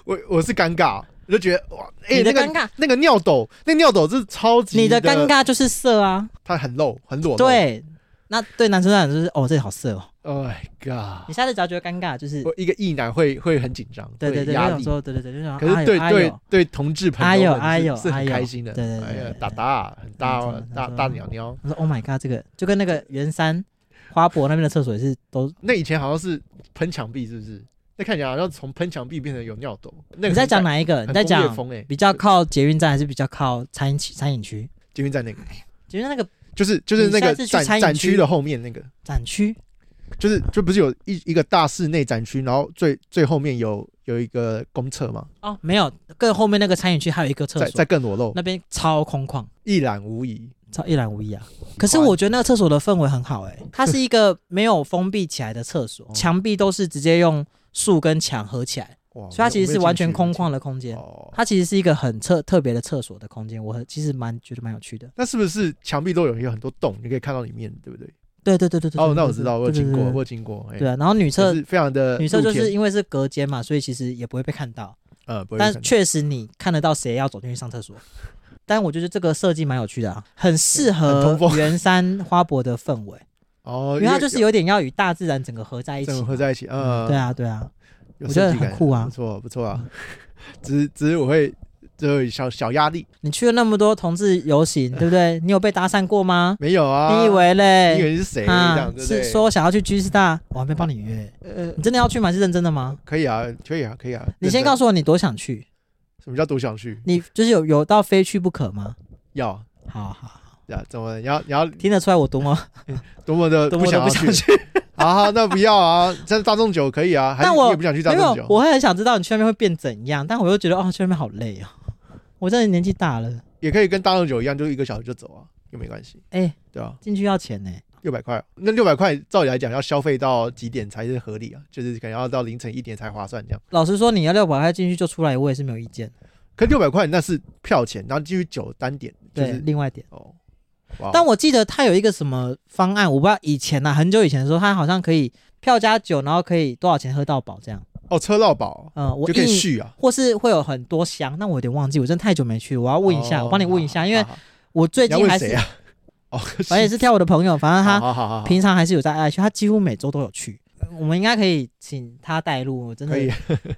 [SPEAKER 1] 我我是尴尬，我就觉得哇，哎，
[SPEAKER 2] 你的
[SPEAKER 1] 那个
[SPEAKER 2] 尴尬。
[SPEAKER 1] 那个尿斗，那个尿斗是超级
[SPEAKER 2] 你的尴
[SPEAKER 1] 尬，
[SPEAKER 2] 尬就是色啊，
[SPEAKER 1] 它很露，很裸露。
[SPEAKER 2] 对。那对男生来讲就是哦，这里好色哦。
[SPEAKER 1] ，Oh my god，
[SPEAKER 2] 你下次只要觉得尴尬，就是
[SPEAKER 1] 我一个异男会会很紧张，
[SPEAKER 2] 对
[SPEAKER 1] 会
[SPEAKER 2] 对对，
[SPEAKER 1] 有
[SPEAKER 2] 就
[SPEAKER 1] 压
[SPEAKER 2] 想
[SPEAKER 1] 力。
[SPEAKER 2] 说对对对，就想
[SPEAKER 1] 可是
[SPEAKER 2] 哎呦
[SPEAKER 1] 对
[SPEAKER 2] 哎
[SPEAKER 1] 对
[SPEAKER 2] 呦
[SPEAKER 1] 对，同志朋
[SPEAKER 2] 哎
[SPEAKER 1] 友
[SPEAKER 2] 呦
[SPEAKER 1] 们
[SPEAKER 2] 哎
[SPEAKER 1] 是
[SPEAKER 2] 呦
[SPEAKER 1] 是
[SPEAKER 2] 哎
[SPEAKER 1] 很
[SPEAKER 2] 呦
[SPEAKER 1] 开心的，
[SPEAKER 2] 对对对
[SPEAKER 1] 哎呀
[SPEAKER 2] 对对嗯
[SPEAKER 1] 打打很大
[SPEAKER 2] 没错
[SPEAKER 1] 哦
[SPEAKER 2] 没
[SPEAKER 1] 大
[SPEAKER 2] 错
[SPEAKER 1] 大鸟鸟。
[SPEAKER 2] 我说 Oh my god，这个就跟那个圆山花博那边的厕所也是都。
[SPEAKER 1] 那以前好像是喷墙壁，是不是？那看起来好像从喷墙壁变成有尿斗。那个
[SPEAKER 2] 你在讲哪一个？
[SPEAKER 1] 很
[SPEAKER 2] 你
[SPEAKER 1] 感？
[SPEAKER 2] 在
[SPEAKER 1] 很工
[SPEAKER 2] 讲
[SPEAKER 1] 业风哎，
[SPEAKER 2] 比较靠捷运站还是比较靠餐饮区？餐饮区？
[SPEAKER 1] 捷运站那个，
[SPEAKER 2] 捷运站那个
[SPEAKER 1] 就是就是那
[SPEAKER 2] 你下
[SPEAKER 1] 个
[SPEAKER 2] 次去
[SPEAKER 1] 展
[SPEAKER 2] 餐饮
[SPEAKER 1] 展
[SPEAKER 2] 区
[SPEAKER 1] 区的后面那个，
[SPEAKER 2] 展区
[SPEAKER 1] 就是就不是有一一个大室内展区，然后最最后面有有一个公厕嘛，
[SPEAKER 2] 哦，没有，更后面那个餐饮区还有一个厕
[SPEAKER 1] 在
[SPEAKER 2] 所
[SPEAKER 1] 在，更裸露，
[SPEAKER 2] 那边超空旷。
[SPEAKER 1] 一览无遗。
[SPEAKER 2] 超一览无遗啊！可是我觉得那个厕所的氛围很好
[SPEAKER 1] [laughs]，
[SPEAKER 2] 哎、它是一个没有封闭起来的厕所
[SPEAKER 1] 哦
[SPEAKER 2] 墙壁都是直接用树跟墙合起来，
[SPEAKER 1] 哇，
[SPEAKER 2] 所以它其实是完全空旷
[SPEAKER 1] 的。
[SPEAKER 2] 的空间。
[SPEAKER 1] 哦，
[SPEAKER 2] 它其实是一个很特特别的厕所的空间，我很其实蛮觉得蛮有趣的。
[SPEAKER 1] 那是不是墙壁都有一个很多洞，你可以看到里面，对不对？
[SPEAKER 2] 对对对对对。
[SPEAKER 1] 哦
[SPEAKER 2] 对，
[SPEAKER 1] 那我知道，我有经过，我。
[SPEAKER 2] 对对对对
[SPEAKER 1] 有经过。哎
[SPEAKER 2] 对，啊，然后女
[SPEAKER 1] 可
[SPEAKER 2] 厕
[SPEAKER 1] 是非常的
[SPEAKER 2] 女厕就
[SPEAKER 1] 露天
[SPEAKER 2] 是因为是隔间嘛，所以其实也不会被看到，
[SPEAKER 1] 呃，不会
[SPEAKER 2] 但
[SPEAKER 1] 看到
[SPEAKER 2] 确实你看得到谁要走进去上厕所。但我觉得这个设计蛮有趣的啊，很适
[SPEAKER 1] 很
[SPEAKER 2] 合
[SPEAKER 1] 通风
[SPEAKER 2] 圆山花博的氛围，
[SPEAKER 1] [laughs] 哦，
[SPEAKER 2] 因为它就是有点要与大自然整个合在一起
[SPEAKER 1] 整个
[SPEAKER 2] 嘛。
[SPEAKER 1] 合在一起，嗯，
[SPEAKER 2] 对啊，对啊，
[SPEAKER 1] 有
[SPEAKER 2] 我觉得
[SPEAKER 1] 设计
[SPEAKER 2] 很
[SPEAKER 1] 感
[SPEAKER 2] 酷啊
[SPEAKER 1] 不错不错啊。 [laughs] 只只是我会就有小小压力，
[SPEAKER 2] 你去了那么多同志
[SPEAKER 1] [laughs]
[SPEAKER 2] 游行，对不对？你有被搭讪过吗？
[SPEAKER 1] 没有啊。
[SPEAKER 2] 你以为
[SPEAKER 1] 你以
[SPEAKER 2] 嘞？
[SPEAKER 1] 为是谁？这
[SPEAKER 2] 啊
[SPEAKER 1] 样，对不
[SPEAKER 2] 是
[SPEAKER 1] 对？
[SPEAKER 2] 说想要去 G Star，我还没帮你约。
[SPEAKER 1] 呃
[SPEAKER 2] 你真的要去吗？是认真的吗？
[SPEAKER 1] 可以啊，可以啊，可以啊。
[SPEAKER 2] 你先
[SPEAKER 1] 认真
[SPEAKER 2] 告诉我你多想去，
[SPEAKER 1] 什么叫多想去？
[SPEAKER 2] 你就是有有到非去不可吗？
[SPEAKER 1] 要
[SPEAKER 2] 好好好，
[SPEAKER 1] 呀，怎么你要你要
[SPEAKER 2] 听得出来我
[SPEAKER 1] [laughs]
[SPEAKER 2] 多么
[SPEAKER 1] 多么的
[SPEAKER 2] 多么的
[SPEAKER 1] 想
[SPEAKER 2] 不
[SPEAKER 1] 要
[SPEAKER 2] 想
[SPEAKER 1] 去？
[SPEAKER 2] 去，
[SPEAKER 1] [laughs] 啊，那不要啊，在大众酒可以
[SPEAKER 2] [laughs]
[SPEAKER 1] 啊，还是
[SPEAKER 2] 但
[SPEAKER 1] 你
[SPEAKER 2] 我
[SPEAKER 1] 也不想去大
[SPEAKER 2] 没
[SPEAKER 1] 众
[SPEAKER 2] 有，
[SPEAKER 1] 酒，
[SPEAKER 2] 我会很想知道你去那边会变怎样，但我又觉得哦，去那边好累哦，我真的年纪大了，
[SPEAKER 1] 也可以跟大众酒一样，就一个小时就走啊，又没关系，
[SPEAKER 2] 哎，
[SPEAKER 1] 对啊，
[SPEAKER 2] 进去要钱呢。
[SPEAKER 1] 六百块，那六百块照理来讲要消费到几点才是合理啊？就是可能要到凌晨一点才划算这样。
[SPEAKER 2] 老实说，你要六百块进去就出来，我也是没有意见。
[SPEAKER 1] 可六百块那是票钱，然后继续酒单点，就
[SPEAKER 2] 对，
[SPEAKER 1] 是
[SPEAKER 2] 另外一点。
[SPEAKER 1] 哦，哇
[SPEAKER 2] 但我记得他有一个什么方案，我不知道以前啊，很久以前的时候，他好像可以票加酒，然后可以多少钱喝到饱这样。
[SPEAKER 1] 哦车到饱
[SPEAKER 2] 嗯，我
[SPEAKER 1] 就可以
[SPEAKER 2] 印
[SPEAKER 1] 续啊。
[SPEAKER 2] 或是会有很多箱，那我有点忘记，我真的太久没去，我要问一下，
[SPEAKER 1] 哦
[SPEAKER 2] 我帮你问一下，因
[SPEAKER 1] 啊
[SPEAKER 2] 为我最
[SPEAKER 1] 最
[SPEAKER 2] 近还
[SPEAKER 1] 谁
[SPEAKER 2] 是、
[SPEAKER 1] 啊？ [laughs] 哦，
[SPEAKER 2] [laughs] 反正也是跳我的朋友，反正
[SPEAKER 1] 好
[SPEAKER 2] 他
[SPEAKER 1] 好好好，
[SPEAKER 2] 平常还是有在爱去，他几乎每周都有去。我们应该可以请他带路，我真的
[SPEAKER 1] 可以。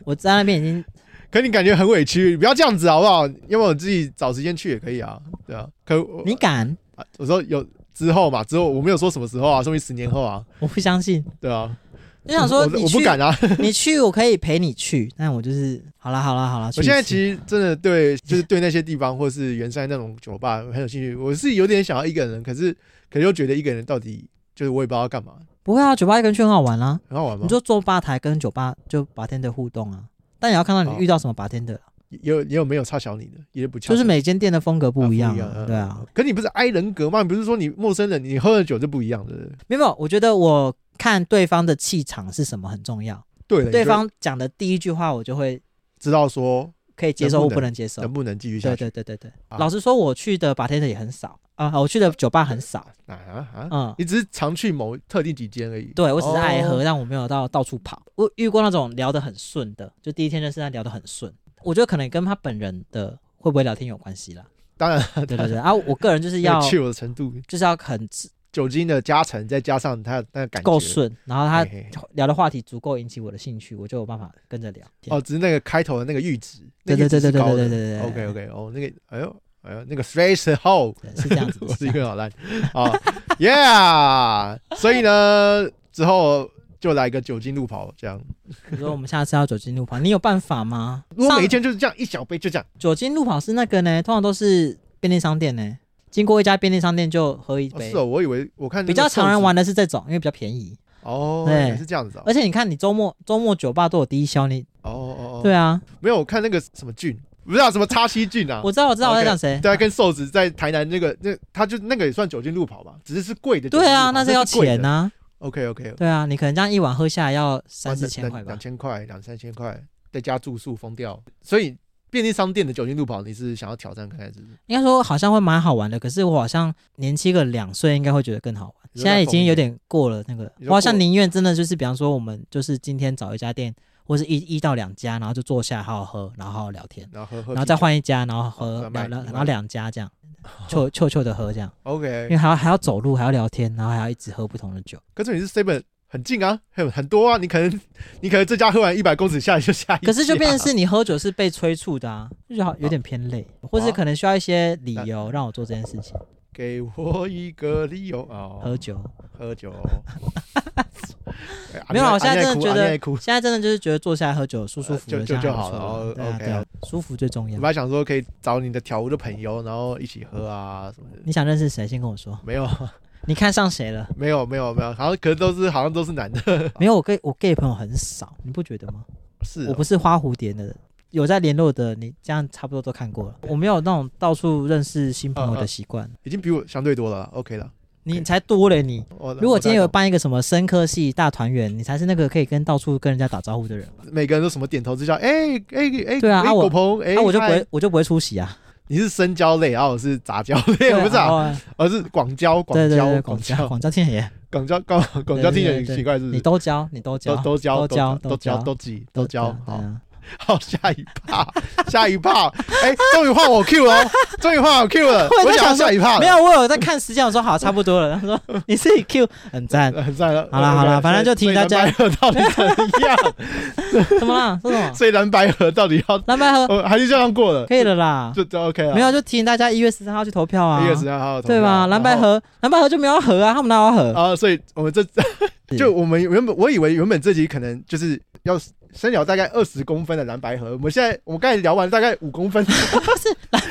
[SPEAKER 2] 我在那边已经
[SPEAKER 1] 可你感觉很委屈，你不要这样子好不好？要不然我自己找时间去也可以啊，对啊。可 [laughs] 我
[SPEAKER 2] 你敢？
[SPEAKER 1] 啊我说有之后嘛，之后我没有说什么时候啊，说明十年后啊，
[SPEAKER 2] 我不相信，
[SPEAKER 1] 对啊。
[SPEAKER 2] 就想说
[SPEAKER 1] 我
[SPEAKER 2] 你
[SPEAKER 1] 我
[SPEAKER 2] 去
[SPEAKER 1] 不敢啊！
[SPEAKER 2] 你去我可以陪你去，但我就是好啦好啦好啦。去
[SPEAKER 1] 我
[SPEAKER 2] 一
[SPEAKER 1] 现在
[SPEAKER 2] 次
[SPEAKER 1] 其实真的对，就是对那些地方或是圆山那种酒吧很有兴趣。我是有点想要一个人，可是可是又觉得一个人到底就是我也不知道要干嘛，
[SPEAKER 2] 不会啊，酒吧一个人去很好玩啊，
[SPEAKER 1] 很好玩吗
[SPEAKER 2] 你？就坐吧台跟酒吧就 bartender 互动啊，但也要看到
[SPEAKER 1] 哦
[SPEAKER 2] 你遇到什么 bartender，、啊
[SPEAKER 1] 也有也有没有差小你的，也不差
[SPEAKER 2] 就是每间店的风格不一样,、
[SPEAKER 1] 啊不一样嗯
[SPEAKER 2] 对啊，
[SPEAKER 1] 可你不是 I 人格吗？你不是说你陌生人，你喝了酒就不一样的？
[SPEAKER 2] 没有，我觉得我看对方的气场是什么很重要，
[SPEAKER 1] 对了，
[SPEAKER 2] 对
[SPEAKER 1] 你就
[SPEAKER 2] 方讲的第一句话我就会
[SPEAKER 1] 知道说
[SPEAKER 2] 可以接受
[SPEAKER 1] 能不
[SPEAKER 2] 或
[SPEAKER 1] 能
[SPEAKER 2] 不能接受，
[SPEAKER 1] 能不能继续下
[SPEAKER 2] 对
[SPEAKER 1] 去
[SPEAKER 2] 对对对对，
[SPEAKER 1] 啊
[SPEAKER 2] 老实说，我去的 bartender 也很少啊，我去的酒吧很少，
[SPEAKER 1] 啊啊啊！
[SPEAKER 2] 嗯。
[SPEAKER 1] 你只是常去某特定几间而已。
[SPEAKER 2] 对，我只是爱喝，
[SPEAKER 1] 哦
[SPEAKER 2] 但我没有到到处跑。我遇过那种聊得很顺的，就第一天认识他聊得很顺，我觉得可能跟他本人的会不会聊天有
[SPEAKER 1] [laughs]
[SPEAKER 2] 关系啦。
[SPEAKER 1] 当然
[SPEAKER 2] 对对对，啊，我个人就
[SPEAKER 1] [laughs]
[SPEAKER 2] 是要
[SPEAKER 1] 去我的程度，
[SPEAKER 2] 就是要很自
[SPEAKER 1] 酒精的加成，再加上它的那个感觉
[SPEAKER 2] 够顺，然后他
[SPEAKER 1] 嘿嘿嘿
[SPEAKER 2] 聊的话题足够引起我的兴趣，我就有办法跟着聊。
[SPEAKER 1] 哦，只是那个开头的那个阈值，
[SPEAKER 2] 对对对对对对对对对
[SPEAKER 1] OK OK，哦，那个哎呦哎呦，那个 space hole，
[SPEAKER 2] 对，是这样子。
[SPEAKER 1] [laughs] 我是
[SPEAKER 2] 是
[SPEAKER 1] 一
[SPEAKER 2] 这样
[SPEAKER 1] 个好烂啊，Yeah，所以呢，之后就来个酒精路跑这样。
[SPEAKER 2] 你说我们下次要酒精路跑，你有办法吗？
[SPEAKER 1] 如果每一
[SPEAKER 2] 上
[SPEAKER 1] 天就是这样一小杯，就这样，
[SPEAKER 2] 酒精路跑是那个呢，通常都是便利商店呢，经过一家便利商店就喝一
[SPEAKER 1] 哦
[SPEAKER 2] 杯。
[SPEAKER 1] 是哦，我以为我看那
[SPEAKER 2] 比
[SPEAKER 1] 个
[SPEAKER 2] 较常人玩
[SPEAKER 1] 瘦
[SPEAKER 2] 的是这种，因为比较便宜。
[SPEAKER 1] 子哦，
[SPEAKER 2] 对
[SPEAKER 1] 也是这样子哦，
[SPEAKER 2] 而且你看，你周末周末酒吧都有低消，你
[SPEAKER 1] 哦哦哦，
[SPEAKER 2] 对，啊，
[SPEAKER 1] 没有我看那个什么菌，不是啊，什么叉七菌啊，
[SPEAKER 2] 我知道我知道我在
[SPEAKER 1] OK，
[SPEAKER 2] 讲谁。
[SPEAKER 1] 对啊，跟瘦子在台南那个那，他就那个也算酒精路跑吧，只是是贵的酒精路
[SPEAKER 2] 对
[SPEAKER 1] 跑。
[SPEAKER 2] 啊，那
[SPEAKER 1] 是
[SPEAKER 2] 是要钱
[SPEAKER 1] 呐。
[SPEAKER 2] 呐。
[SPEAKER 1] OK OK，
[SPEAKER 2] 对啊，你可能这样一碗喝下来要三四千块吧
[SPEAKER 1] 两。千块，两三千块，再加住宿封掉。所以便利商店的酒精路跑，你是想要挑战看看是不是？
[SPEAKER 2] 应该说好像会蛮好玩的，可是我好像年轻个两岁，应该会觉得更好玩。
[SPEAKER 1] 你说
[SPEAKER 2] 现在已
[SPEAKER 1] 再疯一
[SPEAKER 2] 经有点过了那个，
[SPEAKER 1] 你说
[SPEAKER 2] 我好像
[SPEAKER 1] 过了
[SPEAKER 2] 宁愿真的就是，比方说我们就是今天找一家店，或是一一到两家，然后就坐下来好好喝，然后好好聊天，
[SPEAKER 1] 然后喝喝啤酒，
[SPEAKER 2] 然后再换一家，然后
[SPEAKER 1] 哦
[SPEAKER 2] 喝
[SPEAKER 1] 再卖
[SPEAKER 2] 聊聊，
[SPEAKER 1] 另外
[SPEAKER 2] 然后两家这样，臭臭臭的喝这样，因
[SPEAKER 1] OK。
[SPEAKER 2] 为还要还要走路，还要聊天，然后还要一直喝不同的酒。
[SPEAKER 1] 可是你是 seven 很近啊，很很多啊，你可能你可能这家喝完一百公尺下来就下一家，
[SPEAKER 2] 可是就变成是你喝酒是被催促的啊，就好有点偏累，或是可能需要一些理由让我做这件事情，
[SPEAKER 1] 给我一个理由哦，
[SPEAKER 2] 喝酒。
[SPEAKER 1] 喝
[SPEAKER 2] [laughs]
[SPEAKER 1] 酒。哎啊
[SPEAKER 2] 没有
[SPEAKER 1] 你
[SPEAKER 2] 啊
[SPEAKER 1] 在
[SPEAKER 2] 我现在
[SPEAKER 1] 啊
[SPEAKER 2] 真的
[SPEAKER 1] 你在哭啊
[SPEAKER 2] 觉得
[SPEAKER 1] 你在哭
[SPEAKER 2] 现在真的就是觉得坐下来喝酒舒舒服服
[SPEAKER 1] 呃就就
[SPEAKER 2] 的这样
[SPEAKER 1] 就好
[SPEAKER 2] 还不错
[SPEAKER 1] 了
[SPEAKER 2] 啊对啊
[SPEAKER 1] OK 哦
[SPEAKER 2] 对啊，舒服最重
[SPEAKER 1] 我
[SPEAKER 2] 要
[SPEAKER 1] 本。来想说可以找你的调舞的朋友，然后一起喝啊什么的。
[SPEAKER 2] 你想认识谁，先跟我说。
[SPEAKER 1] 没有，
[SPEAKER 2] 你看上
[SPEAKER 1] [laughs]
[SPEAKER 2] 谁了？
[SPEAKER 1] 没有，没有，没有，好像可是都是好像都是男的，
[SPEAKER 2] 没有，我 gay 我 gay 朋友很少，你不觉得吗？
[SPEAKER 1] 是
[SPEAKER 2] 我
[SPEAKER 1] 哦
[SPEAKER 2] 不是花蝴蝶的人，有在联络的，你这样差不多都看过了。我没有那种到处认识新朋友
[SPEAKER 1] 嗯嗯
[SPEAKER 2] 的习惯，
[SPEAKER 1] 已经比我相对多了啦，OK 了。
[SPEAKER 2] 你才多嘞你。
[SPEAKER 1] 哦我
[SPEAKER 2] 如果今天有
[SPEAKER 1] 我大
[SPEAKER 2] 办一个什么深科系大团圆，你才是那个可以跟到处跟人家打招呼的人吧。
[SPEAKER 1] 概懂每个人都什么点头之交，哎哎哎，
[SPEAKER 2] 对啊
[SPEAKER 1] 哎
[SPEAKER 2] 啊我
[SPEAKER 1] 狗鹏，哎，
[SPEAKER 2] 那、我就不
[SPEAKER 1] 嗨
[SPEAKER 2] 会，我就不会出席啊。
[SPEAKER 1] 你是深交类，然啊后我是杂交类，我不是
[SPEAKER 2] 然
[SPEAKER 1] 啊，
[SPEAKER 2] 后啊，哦
[SPEAKER 1] 而是广交，
[SPEAKER 2] 对
[SPEAKER 1] 广
[SPEAKER 2] 对
[SPEAKER 1] 交，广
[SPEAKER 2] 对，广交
[SPEAKER 1] 交，
[SPEAKER 2] 广交天爷，
[SPEAKER 1] 广交，广广交，听起
[SPEAKER 2] 对对
[SPEAKER 1] 来很
[SPEAKER 2] 对对
[SPEAKER 1] 奇怪，是不
[SPEAKER 2] 你
[SPEAKER 1] 是？
[SPEAKER 2] 都教，你都教
[SPEAKER 1] 都，都交，
[SPEAKER 2] 都交
[SPEAKER 1] 都
[SPEAKER 2] 都
[SPEAKER 1] 交，
[SPEAKER 2] 交
[SPEAKER 1] 都挤，都交，
[SPEAKER 2] 对
[SPEAKER 1] 好。
[SPEAKER 2] 啊
[SPEAKER 1] 好，下一趴，下一趴，哎，终于换我 Q 了哦，终于换我 Q 了，
[SPEAKER 2] 我
[SPEAKER 1] 我
[SPEAKER 2] 也在
[SPEAKER 1] 想要
[SPEAKER 2] 想说
[SPEAKER 1] 下一趴了，
[SPEAKER 2] [laughs] 没有，我有在看时间，我说好，差不多了。他说你自己 Q 很赞，
[SPEAKER 1] 呃很赞了。
[SPEAKER 2] 好啦好啦反正就
[SPEAKER 1] 提
[SPEAKER 2] 提醒大家
[SPEAKER 1] 到底怎
[SPEAKER 2] [laughs]
[SPEAKER 1] 么样？
[SPEAKER 2] 怎么啦？说什么？
[SPEAKER 1] 所以蓝白河到底要，
[SPEAKER 2] [laughs] 蓝白河
[SPEAKER 1] 呃，还是这样过
[SPEAKER 2] [laughs]
[SPEAKER 1] 了，
[SPEAKER 2] 可以
[SPEAKER 1] [laughs]
[SPEAKER 2] 了啦，
[SPEAKER 1] 就就 OK 了。
[SPEAKER 2] 没有就提醒大家一月十三号去投票啊
[SPEAKER 1] 啊一，月十三号投票，
[SPEAKER 2] 对吧？蓝白
[SPEAKER 1] 然后
[SPEAKER 2] 河，蓝白河就没有要合啊，他们哪有要 [laughs] 合？
[SPEAKER 1] 啊，所以我们这 [laughs] 就我们原本我以为原本这集可能就是要深聊大概二十公分的蓝白河，我们现在我们刚才聊完大概五公
[SPEAKER 2] [laughs]
[SPEAKER 1] 分，我
[SPEAKER 2] 蓝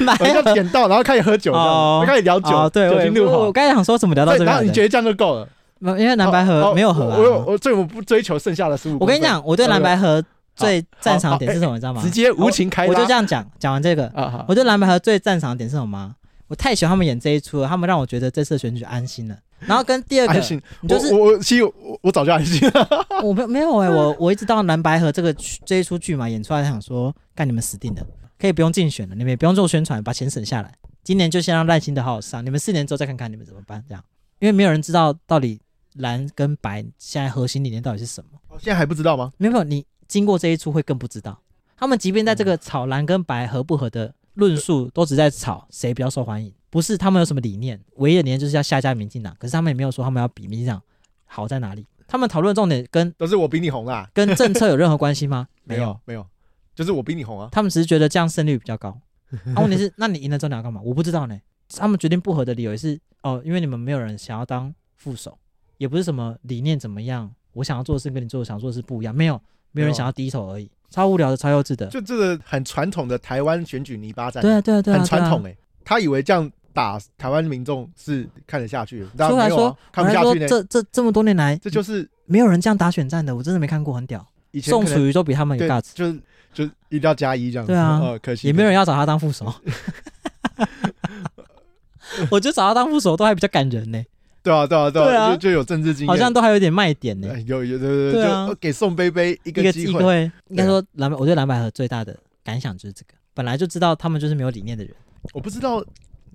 [SPEAKER 1] 们
[SPEAKER 2] 白
[SPEAKER 1] 要
[SPEAKER 2] 河
[SPEAKER 1] 点到，然后开始喝酒，这样
[SPEAKER 2] 哦
[SPEAKER 1] 子开始聊
[SPEAKER 2] 哦
[SPEAKER 1] 酒，
[SPEAKER 2] 对，
[SPEAKER 1] 酒精
[SPEAKER 2] 我
[SPEAKER 1] 路
[SPEAKER 2] 我我
[SPEAKER 1] 跑。
[SPEAKER 2] 刚才想说怎么聊到
[SPEAKER 1] 对
[SPEAKER 2] 这
[SPEAKER 1] 然后你
[SPEAKER 2] 边
[SPEAKER 1] 觉
[SPEAKER 2] 来
[SPEAKER 1] 得这样就够了？
[SPEAKER 2] 的？因为蓝白河
[SPEAKER 1] 哦
[SPEAKER 2] 没有合
[SPEAKER 1] 我我有
[SPEAKER 2] 啊。
[SPEAKER 1] 我，所以我不追求剩下的十五。
[SPEAKER 2] 我跟你，讲，我对蓝白河最赞赏的点
[SPEAKER 1] 好哎
[SPEAKER 2] 是什么，你知道
[SPEAKER 1] [laughs]
[SPEAKER 2] 吗
[SPEAKER 1] 直？接无情开
[SPEAKER 2] 我
[SPEAKER 1] 拉。
[SPEAKER 2] 就这样讲，讲完这个，
[SPEAKER 1] 啊，好
[SPEAKER 2] 我对蓝白河最赞赏的点是什么吗？我太喜欢他们演这一出了，他们让我觉得这次的选举安心了。然后跟第二个
[SPEAKER 1] 安，心。
[SPEAKER 2] 你就是
[SPEAKER 1] 我我其实我我早就
[SPEAKER 2] [laughs]
[SPEAKER 1] 安心了。
[SPEAKER 2] 我没没有哎、我我一直到蓝白河这个剧这一出剧嘛演出来，想说干你们死定了，可以不用竞选了，你们也不用做宣传，把钱省下来，今年就先让赖清德好好上，你们四年之后再看看你们怎么办这样，因为没有人知道到底蓝跟白现在核心理念到底是什么，
[SPEAKER 1] 现在还不知道吗？
[SPEAKER 2] 没有没有你经过这一出会更不知道，他们即便在这个炒蓝跟白合不合的论述，都只在吵谁比较受欢迎，不是他们有什么理念，唯一的理念就是要下架民进党，可是他们也没有说他们要比民进党好在哪里，他们讨论重点跟。
[SPEAKER 1] 都是我比你红啦。
[SPEAKER 2] 跟政策有任何关系吗？ [laughs] 没有，
[SPEAKER 1] 没有，就是我比你红啊。
[SPEAKER 2] 他们只是觉得这样胜率比较
[SPEAKER 1] [laughs]
[SPEAKER 2] 高。啊，问题是，那你赢了之后你要干嘛？我不知道呢。他们决定不合的理由也是哦，因为你们没有人想要当副手，也不是什么理念怎么样，我想要做的事跟你做想做的事不一样，没有，没
[SPEAKER 1] 没
[SPEAKER 2] 有
[SPEAKER 1] 有
[SPEAKER 2] 人想要低头而已，超无聊的，超幼稚的。
[SPEAKER 1] 就这个很传统的台湾选举泥巴战，
[SPEAKER 2] 对啊，对啊，对啊，
[SPEAKER 1] 很传统
[SPEAKER 2] 对啊。
[SPEAKER 1] 哎、他以为这样打台湾民众是看得下去的，但
[SPEAKER 2] 所以
[SPEAKER 1] 没
[SPEAKER 2] 来
[SPEAKER 1] 有啊、
[SPEAKER 2] 说，
[SPEAKER 1] 看不
[SPEAKER 2] 我
[SPEAKER 1] 下
[SPEAKER 2] 来说
[SPEAKER 1] 去呢。
[SPEAKER 2] 这这这么多年来，
[SPEAKER 1] 这就是
[SPEAKER 2] 没有人这样打选战的，我真的没看过，很屌。
[SPEAKER 1] 以前
[SPEAKER 2] 宋
[SPEAKER 1] 可能
[SPEAKER 2] 楚瑜都比他们有
[SPEAKER 1] 对
[SPEAKER 2] guts，
[SPEAKER 1] 就是就是一定要加一这样子，
[SPEAKER 2] 对啊
[SPEAKER 1] 呃，可惜
[SPEAKER 2] 也没有人要找他当
[SPEAKER 1] [laughs]
[SPEAKER 2] 副手。我觉得找他当副手都还比较感人呢，
[SPEAKER 1] 对啊对啊对
[SPEAKER 2] 对
[SPEAKER 1] 啊，
[SPEAKER 2] 啊
[SPEAKER 1] 就就有政治经验，
[SPEAKER 2] 好像都还有点卖点呢
[SPEAKER 1] 哎。有有对对
[SPEAKER 2] 对
[SPEAKER 1] 就
[SPEAKER 2] 啊
[SPEAKER 1] 呃给宋杯杯一
[SPEAKER 2] 一个
[SPEAKER 1] 机
[SPEAKER 2] 机
[SPEAKER 1] 会，啊
[SPEAKER 2] 会，应该说蓝白，我对蓝百合最大的感想就是这个，本来就知道他们就是没有理念的人。
[SPEAKER 1] 我不知道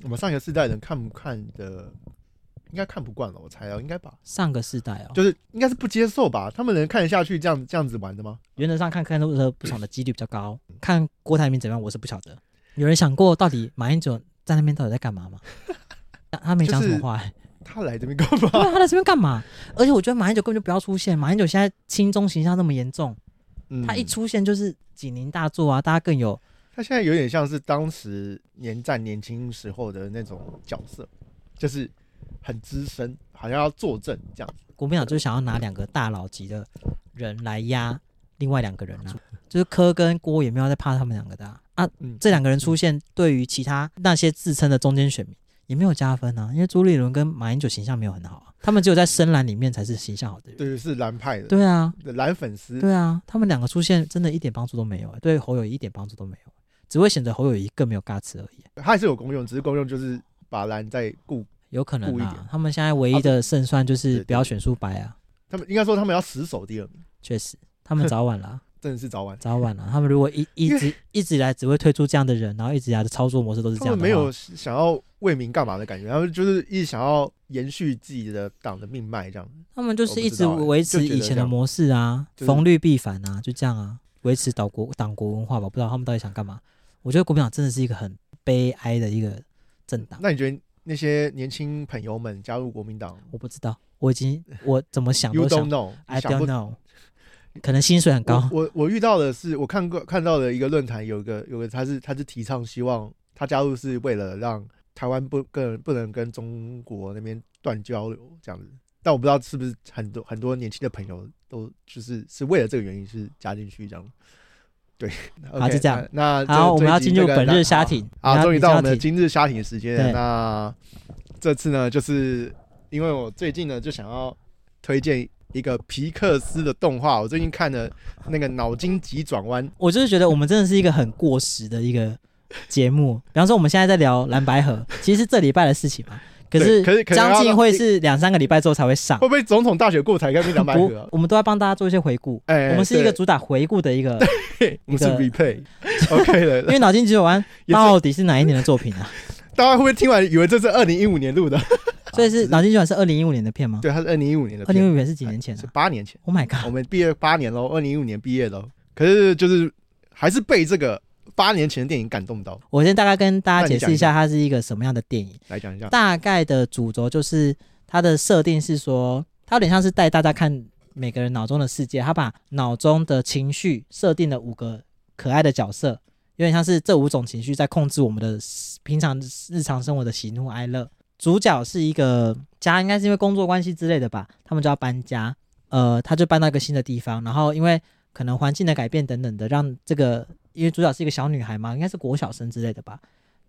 [SPEAKER 1] 我们上一个世代人看不看的，应该看不惯了，我猜啊，应该吧，
[SPEAKER 2] 上个世代哦，
[SPEAKER 1] 就是应该是不接受吧，他们能看得下去这样这样子玩的吗？
[SPEAKER 2] 原则上看看乐不爽的几率比较高，看郭台铭怎么样，我是不晓得。有人想过到底马英九在那边到底在干嘛吗？ [laughs] 他他没讲什么话、欸， [laughs]
[SPEAKER 1] 他来这边干嘛？
[SPEAKER 2] 对啊，他在这边干嘛？而且我觉得马英九根本就不要出现，马英九现在亲中形象那么严重，
[SPEAKER 1] 嗯
[SPEAKER 2] 他一出现就是警铃大作啊，大家更有
[SPEAKER 1] 他现在有点像是当时年战年轻时候的那种角色，就是很资深，好像要作证这样。
[SPEAKER 2] 国民党就是想要拿两个大佬级的人来压另外两个人啊，就是柯跟郭也没有在怕他们两个的啊，啊
[SPEAKER 1] 嗯，
[SPEAKER 2] 这两个人出现，对于其他那些自称的中间选民也没有加分啊，因为朱立伦跟马英九形象没有很好啊，他们只有在深蓝里面才是形象好的人。
[SPEAKER 1] 对，是蓝派的
[SPEAKER 2] 对啊，
[SPEAKER 1] 蓝粉丝。
[SPEAKER 2] 对啊，他们两个出现真的一点帮助都没有、对侯友谊一点帮助都没有、只会显得侯友谊更没有尬词而已、
[SPEAKER 1] 他还是有功用，只是功用就是把蓝在顾。
[SPEAKER 2] 有可能
[SPEAKER 1] 故意一点
[SPEAKER 2] 啊，他们现在唯一的胜算就
[SPEAKER 1] 对
[SPEAKER 2] 是
[SPEAKER 1] 对
[SPEAKER 2] 不要选数白啊，
[SPEAKER 1] 他们应该说他们要死守第二名，
[SPEAKER 2] 确实，他们早晚啦、
[SPEAKER 1] 真的是早晚。
[SPEAKER 2] 早晚了、他们如果一一直一直以来只会推出这样的人，然后一直以来的操作模式都是这
[SPEAKER 1] 他
[SPEAKER 2] 样
[SPEAKER 1] 们
[SPEAKER 2] 的话，
[SPEAKER 1] 没有想要为民干嘛的感觉，他们就是一直想要延续自己的党的命脉这样。
[SPEAKER 2] 他们就是一直
[SPEAKER 1] 我不知道欸
[SPEAKER 2] 维
[SPEAKER 1] 就
[SPEAKER 2] 持
[SPEAKER 1] 觉得
[SPEAKER 2] 以前
[SPEAKER 1] 这
[SPEAKER 2] 的
[SPEAKER 1] 样
[SPEAKER 2] 模式啊，
[SPEAKER 1] 就是
[SPEAKER 2] 逢绿必反啊，就这样啊，维持岛国党国文化吧。不知道他们到底想干嘛？我觉得国民党真的是一个很悲哀的一个政党。
[SPEAKER 1] 那你觉得那些年轻朋友们加入国民党
[SPEAKER 2] 我不知道，我已经我怎么想
[SPEAKER 1] ？You
[SPEAKER 2] 都
[SPEAKER 1] don't
[SPEAKER 2] 想哎
[SPEAKER 1] know，
[SPEAKER 2] ，I
[SPEAKER 1] 想
[SPEAKER 2] don't
[SPEAKER 1] 不
[SPEAKER 2] know，可能薪水很高，
[SPEAKER 1] 我我我遇到的是，我看过看到的一个论坛，有一个有个他是他是提倡希望他加入是为了让台湾不跟不能跟中国那边断交流这样子，但我不知道是不是很多很多年轻的朋友都就是是为了这个原因是加进去这样。对， [laughs]
[SPEAKER 2] 好就这样
[SPEAKER 1] OK，那。那这
[SPEAKER 2] 好我们要进
[SPEAKER 1] 这一
[SPEAKER 2] 入
[SPEAKER 1] 集这个
[SPEAKER 2] 本日虾艇
[SPEAKER 1] 好好
[SPEAKER 2] 你要
[SPEAKER 1] 啊终于
[SPEAKER 2] 你是
[SPEAKER 1] 到
[SPEAKER 2] 要
[SPEAKER 1] 我们的
[SPEAKER 2] 停
[SPEAKER 1] 今日虾艇的时间了。
[SPEAKER 2] 对
[SPEAKER 1] 那这次呢，就是因为我最近呢就想要推荐一个皮克斯的动画，我最近看了那个《脑筋急转弯》，
[SPEAKER 2] [laughs] 我就是觉得我们真的是一个很过时的一个节目。 [laughs] 比方说我们现在在聊蓝白河，其实是这礼拜的事情嘛，可
[SPEAKER 1] 对
[SPEAKER 2] 是
[SPEAKER 1] 可是可能要
[SPEAKER 2] 将近
[SPEAKER 1] 到
[SPEAKER 2] 会
[SPEAKER 1] 一
[SPEAKER 2] 是两三个礼拜之后才会上
[SPEAKER 1] 会。不会总统大选过才该变两百
[SPEAKER 2] 不
[SPEAKER 1] 个？，
[SPEAKER 2] 我们都要帮大家做一些回顾。
[SPEAKER 1] 哎，
[SPEAKER 2] 我们是一个
[SPEAKER 1] 对
[SPEAKER 2] 主打回顾的一个，
[SPEAKER 1] 嘿我们是
[SPEAKER 2] 一个 [laughs]
[SPEAKER 1] replay。OK 了，
[SPEAKER 2] 因为脑筋急转弯
[SPEAKER 1] [laughs] 也是
[SPEAKER 2] 到底是哪一年的作品
[SPEAKER 1] [laughs]
[SPEAKER 2] 啊？
[SPEAKER 1] 大家会不会听完以为这是二零一五年
[SPEAKER 2] [laughs]
[SPEAKER 1] 录的？
[SPEAKER 2] 所以是脑筋急转弯是二零一五年的片吗？
[SPEAKER 1] 啊对，它是二零一五年的
[SPEAKER 2] 二
[SPEAKER 1] 片，
[SPEAKER 2] 零一五年是几年前
[SPEAKER 1] 是
[SPEAKER 2] 啊
[SPEAKER 1] 八年前。
[SPEAKER 2] ？Oh my
[SPEAKER 1] 我
[SPEAKER 2] god！
[SPEAKER 1] 们毕业八年喽，二零一五年毕业喽。可是就是还是被这个八年前的电影感动到。
[SPEAKER 2] 我先大概跟大
[SPEAKER 1] 那
[SPEAKER 2] 家
[SPEAKER 1] 你
[SPEAKER 2] 解
[SPEAKER 1] 讲
[SPEAKER 2] 释
[SPEAKER 1] 一
[SPEAKER 2] 一
[SPEAKER 1] 下
[SPEAKER 2] 下，它是一个什么样的电影。
[SPEAKER 1] 来讲一下，
[SPEAKER 2] 大概的主轴就是它的设定是说，它有点像是带大家看每个人脑中的世界，它把脑中的情绪设定了五个可爱的角色，有点像是这五种情绪在控制我们的平常日常生活的喜怒哀乐。主角是一个家，应该是因为工作关系之类的吧，他们就要搬家，呃，他就搬到一个新的地方，然后因为可能环境的改变等等的，让这个因为主角是一个小女孩嘛，应该是国小生之类的吧，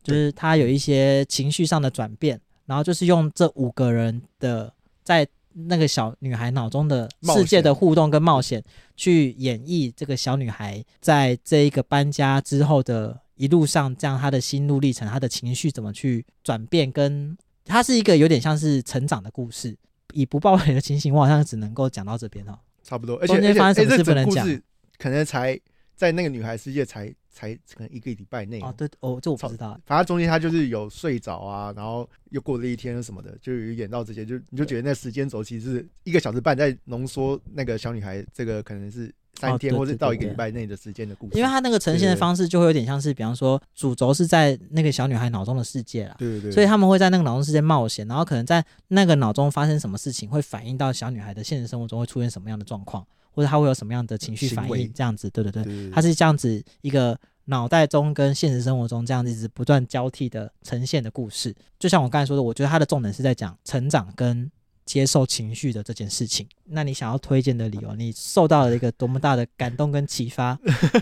[SPEAKER 2] 就是她有一些情绪上的转变，然后就是用这五个人的在那个小女孩脑中的
[SPEAKER 1] 冒
[SPEAKER 2] 世界
[SPEAKER 1] 险
[SPEAKER 2] 的互动跟冒险，去演绎这个小女孩在这一个搬家之后的一路上，这样她的心路历程，她的情绪怎么去转变，跟它是一个有点像是成长的故事。以不暴雷的情形，我好像只能够讲到这边哦。
[SPEAKER 1] 差不多。而且
[SPEAKER 2] 中间
[SPEAKER 1] 而且
[SPEAKER 2] 发
[SPEAKER 1] 哎
[SPEAKER 2] 生什么
[SPEAKER 1] 这
[SPEAKER 2] 事不
[SPEAKER 1] 整
[SPEAKER 2] 能
[SPEAKER 1] 故
[SPEAKER 2] 讲
[SPEAKER 1] 事可能才在那个女孩世界才才可能一个礼拜内
[SPEAKER 2] 哦，。对，哦，这我不知道。
[SPEAKER 1] 反正中间她就是有睡着啊，然后又过了一天什么的，就有演到这些，就你就觉得那时间轴其实是一个小时半在浓缩那个小女孩这个可能是三
[SPEAKER 2] 哦
[SPEAKER 1] 天
[SPEAKER 2] 对
[SPEAKER 1] 或者
[SPEAKER 2] 对
[SPEAKER 1] 到
[SPEAKER 2] 对
[SPEAKER 1] 一个
[SPEAKER 2] 对
[SPEAKER 1] 礼拜内的时间的故事。
[SPEAKER 2] 因为它那个呈现的
[SPEAKER 1] 对
[SPEAKER 2] 方式就会有点像是，比方说主轴是在那个小女孩脑中的世界啦，
[SPEAKER 1] 对对对，
[SPEAKER 2] 所以他们会在那个脑中世界冒险，然后可能在那个脑中发生什么事情，会反映到小女孩的现实生活中会出现什么样的状况，或者她会有什么样的情绪
[SPEAKER 1] 行
[SPEAKER 2] 反
[SPEAKER 1] 为
[SPEAKER 2] 应，这样子，对对对，
[SPEAKER 1] 对
[SPEAKER 2] 它是这样子一个脑袋中跟现实生活中这样子一直不断交替的呈现的故事。就像我刚才说的，我觉得它的重点是在讲成长跟接受情绪的这件事情。那你想要推荐的理由，你受到了一个多么大的感动跟启发，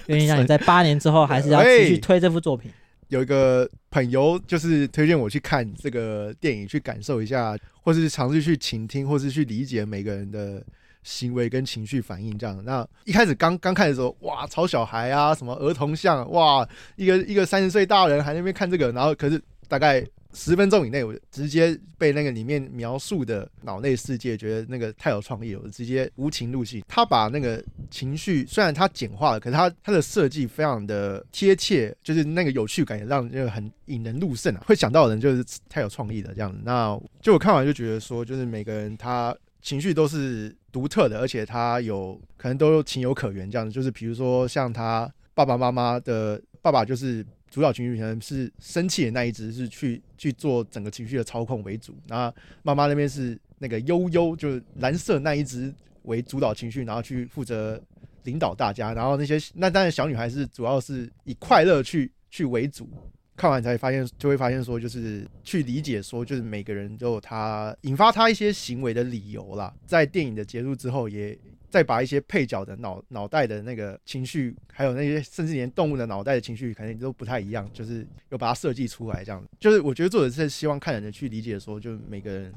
[SPEAKER 2] 愿意让你在八年之后还是要继续推这部作品？
[SPEAKER 1] 有一个朋友就是推荐我去看这个电影，去感受一下，或是尝试去倾听，或是去理解每个人的行为跟情绪反应。这样，那一开始刚刚看的时候，哇，吵小孩啊，什么儿童像，哇，一个一个三十岁大人还在那边看这个，然后可是大概十分钟以内，我直接被那个里面描述的脑内世界，觉得那个太有创意了，我直接无情入戏。他把那个情绪虽然它简化了，可是它它的设计非常的贴切，就是那个有趣感也让人很引人入胜啊，会想到的人就是太有创意的这样子。啊那就我看完就觉得说，就是每个人他情绪都是独特的，而且他有可能都情有可原这样子。就是比如说像他爸爸妈妈的爸爸就是。主导情绪可能是生气的那一只，是去去做整个情绪的操控为主。那妈妈那边是那个悠悠，就是蓝色那一只为主导情绪，然后去负责领导大家。然后那些那当然小女孩是主要是以快乐去去为主。看完才发现，就会发现说，就是去理解说，就是每个人都有他引发他一些行为的理由啦。在电影的结束之后，也再把一些配角的脑脑袋的那个情绪，还有那些甚至连动物的脑袋的情绪，可能都不太一样，就是有把它设计出来这样。就是我觉得作者是希望看人去理解说，就是每个人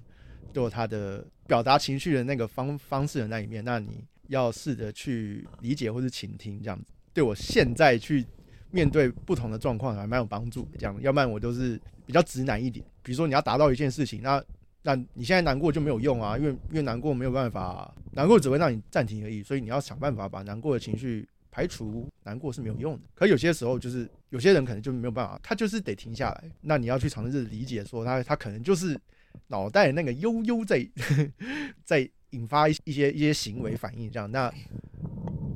[SPEAKER 1] 都有他的表达情绪的那个方方式的那一面，那你要试着去理解或是倾听这样子。对我现在去面对不同的状况还蛮有帮助的。这样，要不然我都是比较直男一点。比如说你要达到一件事情，那那你现在难过就没有用啊，因为因为难过没有办法，难过只会让你暂停而已。所以你要想办法把难过的情绪排除，难过是没有用的。可有些时候就是有些人可能就没有办法，他就是得停下来。那你要去尝试理解说他他可能就是脑袋那个悠悠在 [laughs] 在引发一些一些一些行为反应这样。那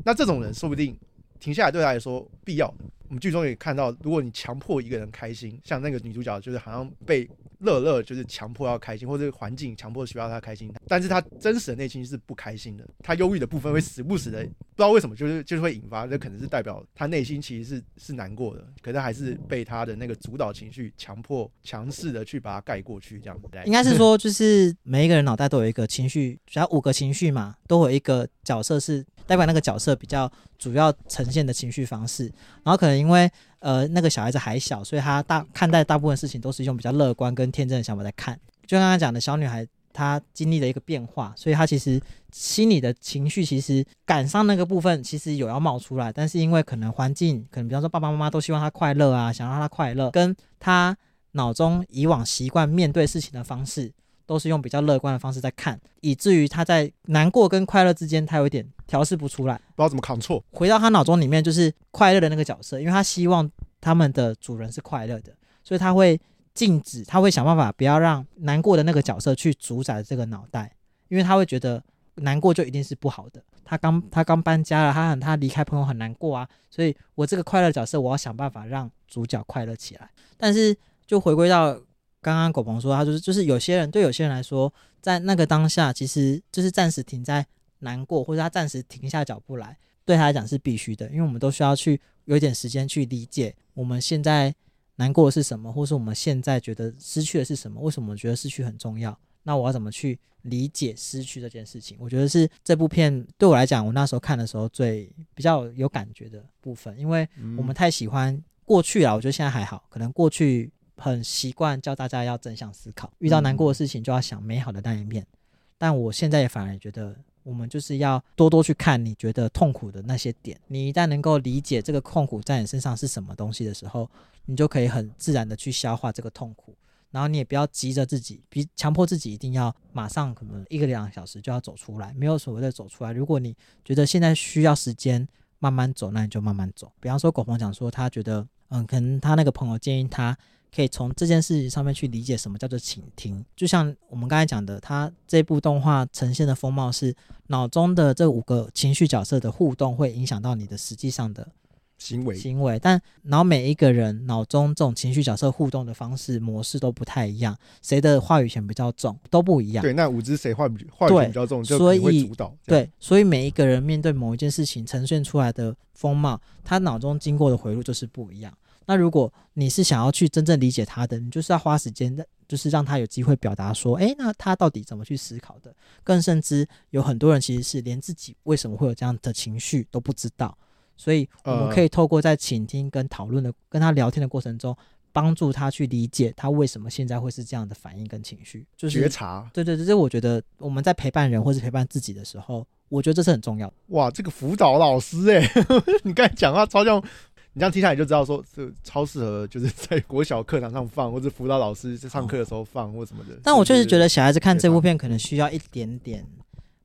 [SPEAKER 1] 那这种人说不定停下来对他来说必要的。我们剧中也看到，如果你强迫一个人开心，像那个女主角就是好像被乐乐就是强迫要开心，或者环境强迫需要她开心，但是她真实的内心是不开心的，她忧郁的部分会时不时的，不知道为什么就是就是会引发，这可能是代表她内心其实是是难过的，可是还是被她的那个主导情绪强迫强势的去把它盖过去，这样子。
[SPEAKER 2] 应该是说，就是 [laughs] 每一个人脑袋都有一个情绪，只要五个情绪嘛，都有一个角色是代表那个角色比较主要呈现的情绪方式。然后可能因为呃那个小孩子还小，所以他大看待大部分事情都是用比较乐观跟天真的想法在看。就刚刚讲的小女孩，她经历了一个变化，所以她其实心里的情绪其实赶上那个部分，其实有要冒出来，但是因为可能环境，可能比方说爸爸妈妈都希望她快乐啊，想让她快乐，跟她脑中以往习惯面对事情的方式，都是用比较乐观的方式在看，以至于她在难过跟快乐之间，她有一点调试不出来。
[SPEAKER 1] 不知道怎么扛错，
[SPEAKER 2] 回到他脑中里面就是快乐的那个角色，因为他希望他们的主人是快乐的，所以他会禁止，他会想办法不要让难过的那个角色去主宰这个脑袋，因为他会觉得难过就一定是不好的。他刚他刚搬家了，他很他离开朋友很难过啊，所以我这个快乐角色，我要想办法让主角快乐起来。但是就回归到刚刚狗鹏说，他就是就是有些人对有些人来说，在那个当下，其实就是暂时停在难过，或者他暂时停下脚步来。对他来讲是必须的，因为我们都需要去有一点时间去理解我们现在难过的是什么，或是我们现在觉得失去的是什么，为什么我觉得失去很重要？那我要怎么去理解失去这件事情？我觉得是这部片对我来讲，我那时候看的时候最比较有感觉的部分，因为我
[SPEAKER 1] 嗯
[SPEAKER 2] 们太喜欢过去了，我觉得现在还好，可能过去很习惯叫大家要正向思考，遇到难过的事情就要想美好的那一面。但我现在也反而觉得，我们就是要多多去看你觉得痛苦的那些点。你一旦能够理解这个痛苦在你身上是什么东西的时候，你就可以很自然的去消化这个痛苦。然后你也不要急着自己，逼强迫自己一定要马上，可能一个两个小时就要走出来，没有所谓的走出来。如果你觉得现在需要时间慢慢走，那你就慢慢走。比方说，狗鹏讲说他觉得，嗯，可能他那个朋友建议他可以从这件事情上面去理解什么叫做倾听。就像我们刚才讲的，他这部动画呈现的风貌是脑中的这五个情绪角色的互动会影响到你的实际上的
[SPEAKER 1] 行为
[SPEAKER 2] 行为，但然后每一个人脑中这种情绪角色互动的方式模式都不太一样，谁的话语权比较重都不一样。
[SPEAKER 1] 对，那五只谁话比话语权比较重，就
[SPEAKER 2] 所
[SPEAKER 1] 你会
[SPEAKER 2] 以
[SPEAKER 1] 主导。这样，
[SPEAKER 2] 对，所以每一个人面对某一件事情呈现出来的风貌，他脑中经过的回路就是不一样。那如果你是想要去真正理解他的，你就是要花时间的，就是让他有机会表达说，诶，那他到底怎么去思考的？更甚至有很多人其实是连自己为什么会有这样的情绪都不知道，所以我们
[SPEAKER 1] 呃
[SPEAKER 2] 可以透过在倾听跟讨论的、跟他聊天的过程中，帮助他去理解他为什么现在会是这样的反应跟情绪，就是
[SPEAKER 1] 觉察，
[SPEAKER 2] 对对对，这我觉得我们在陪伴人或是陪伴自己的时候，我觉得这是很重要的。
[SPEAKER 1] 哇，这个辅导老师哎、 [laughs] 你刚才讲话超像，你这样听下来就知道说，这超适合就是在国小课堂上放，或者辅导老师在上课的时候放或什么的。
[SPEAKER 2] 但我确实觉
[SPEAKER 1] 得
[SPEAKER 2] 得小孩子看
[SPEAKER 1] 陪
[SPEAKER 2] 这部
[SPEAKER 1] 伴
[SPEAKER 2] 片可能需要一点点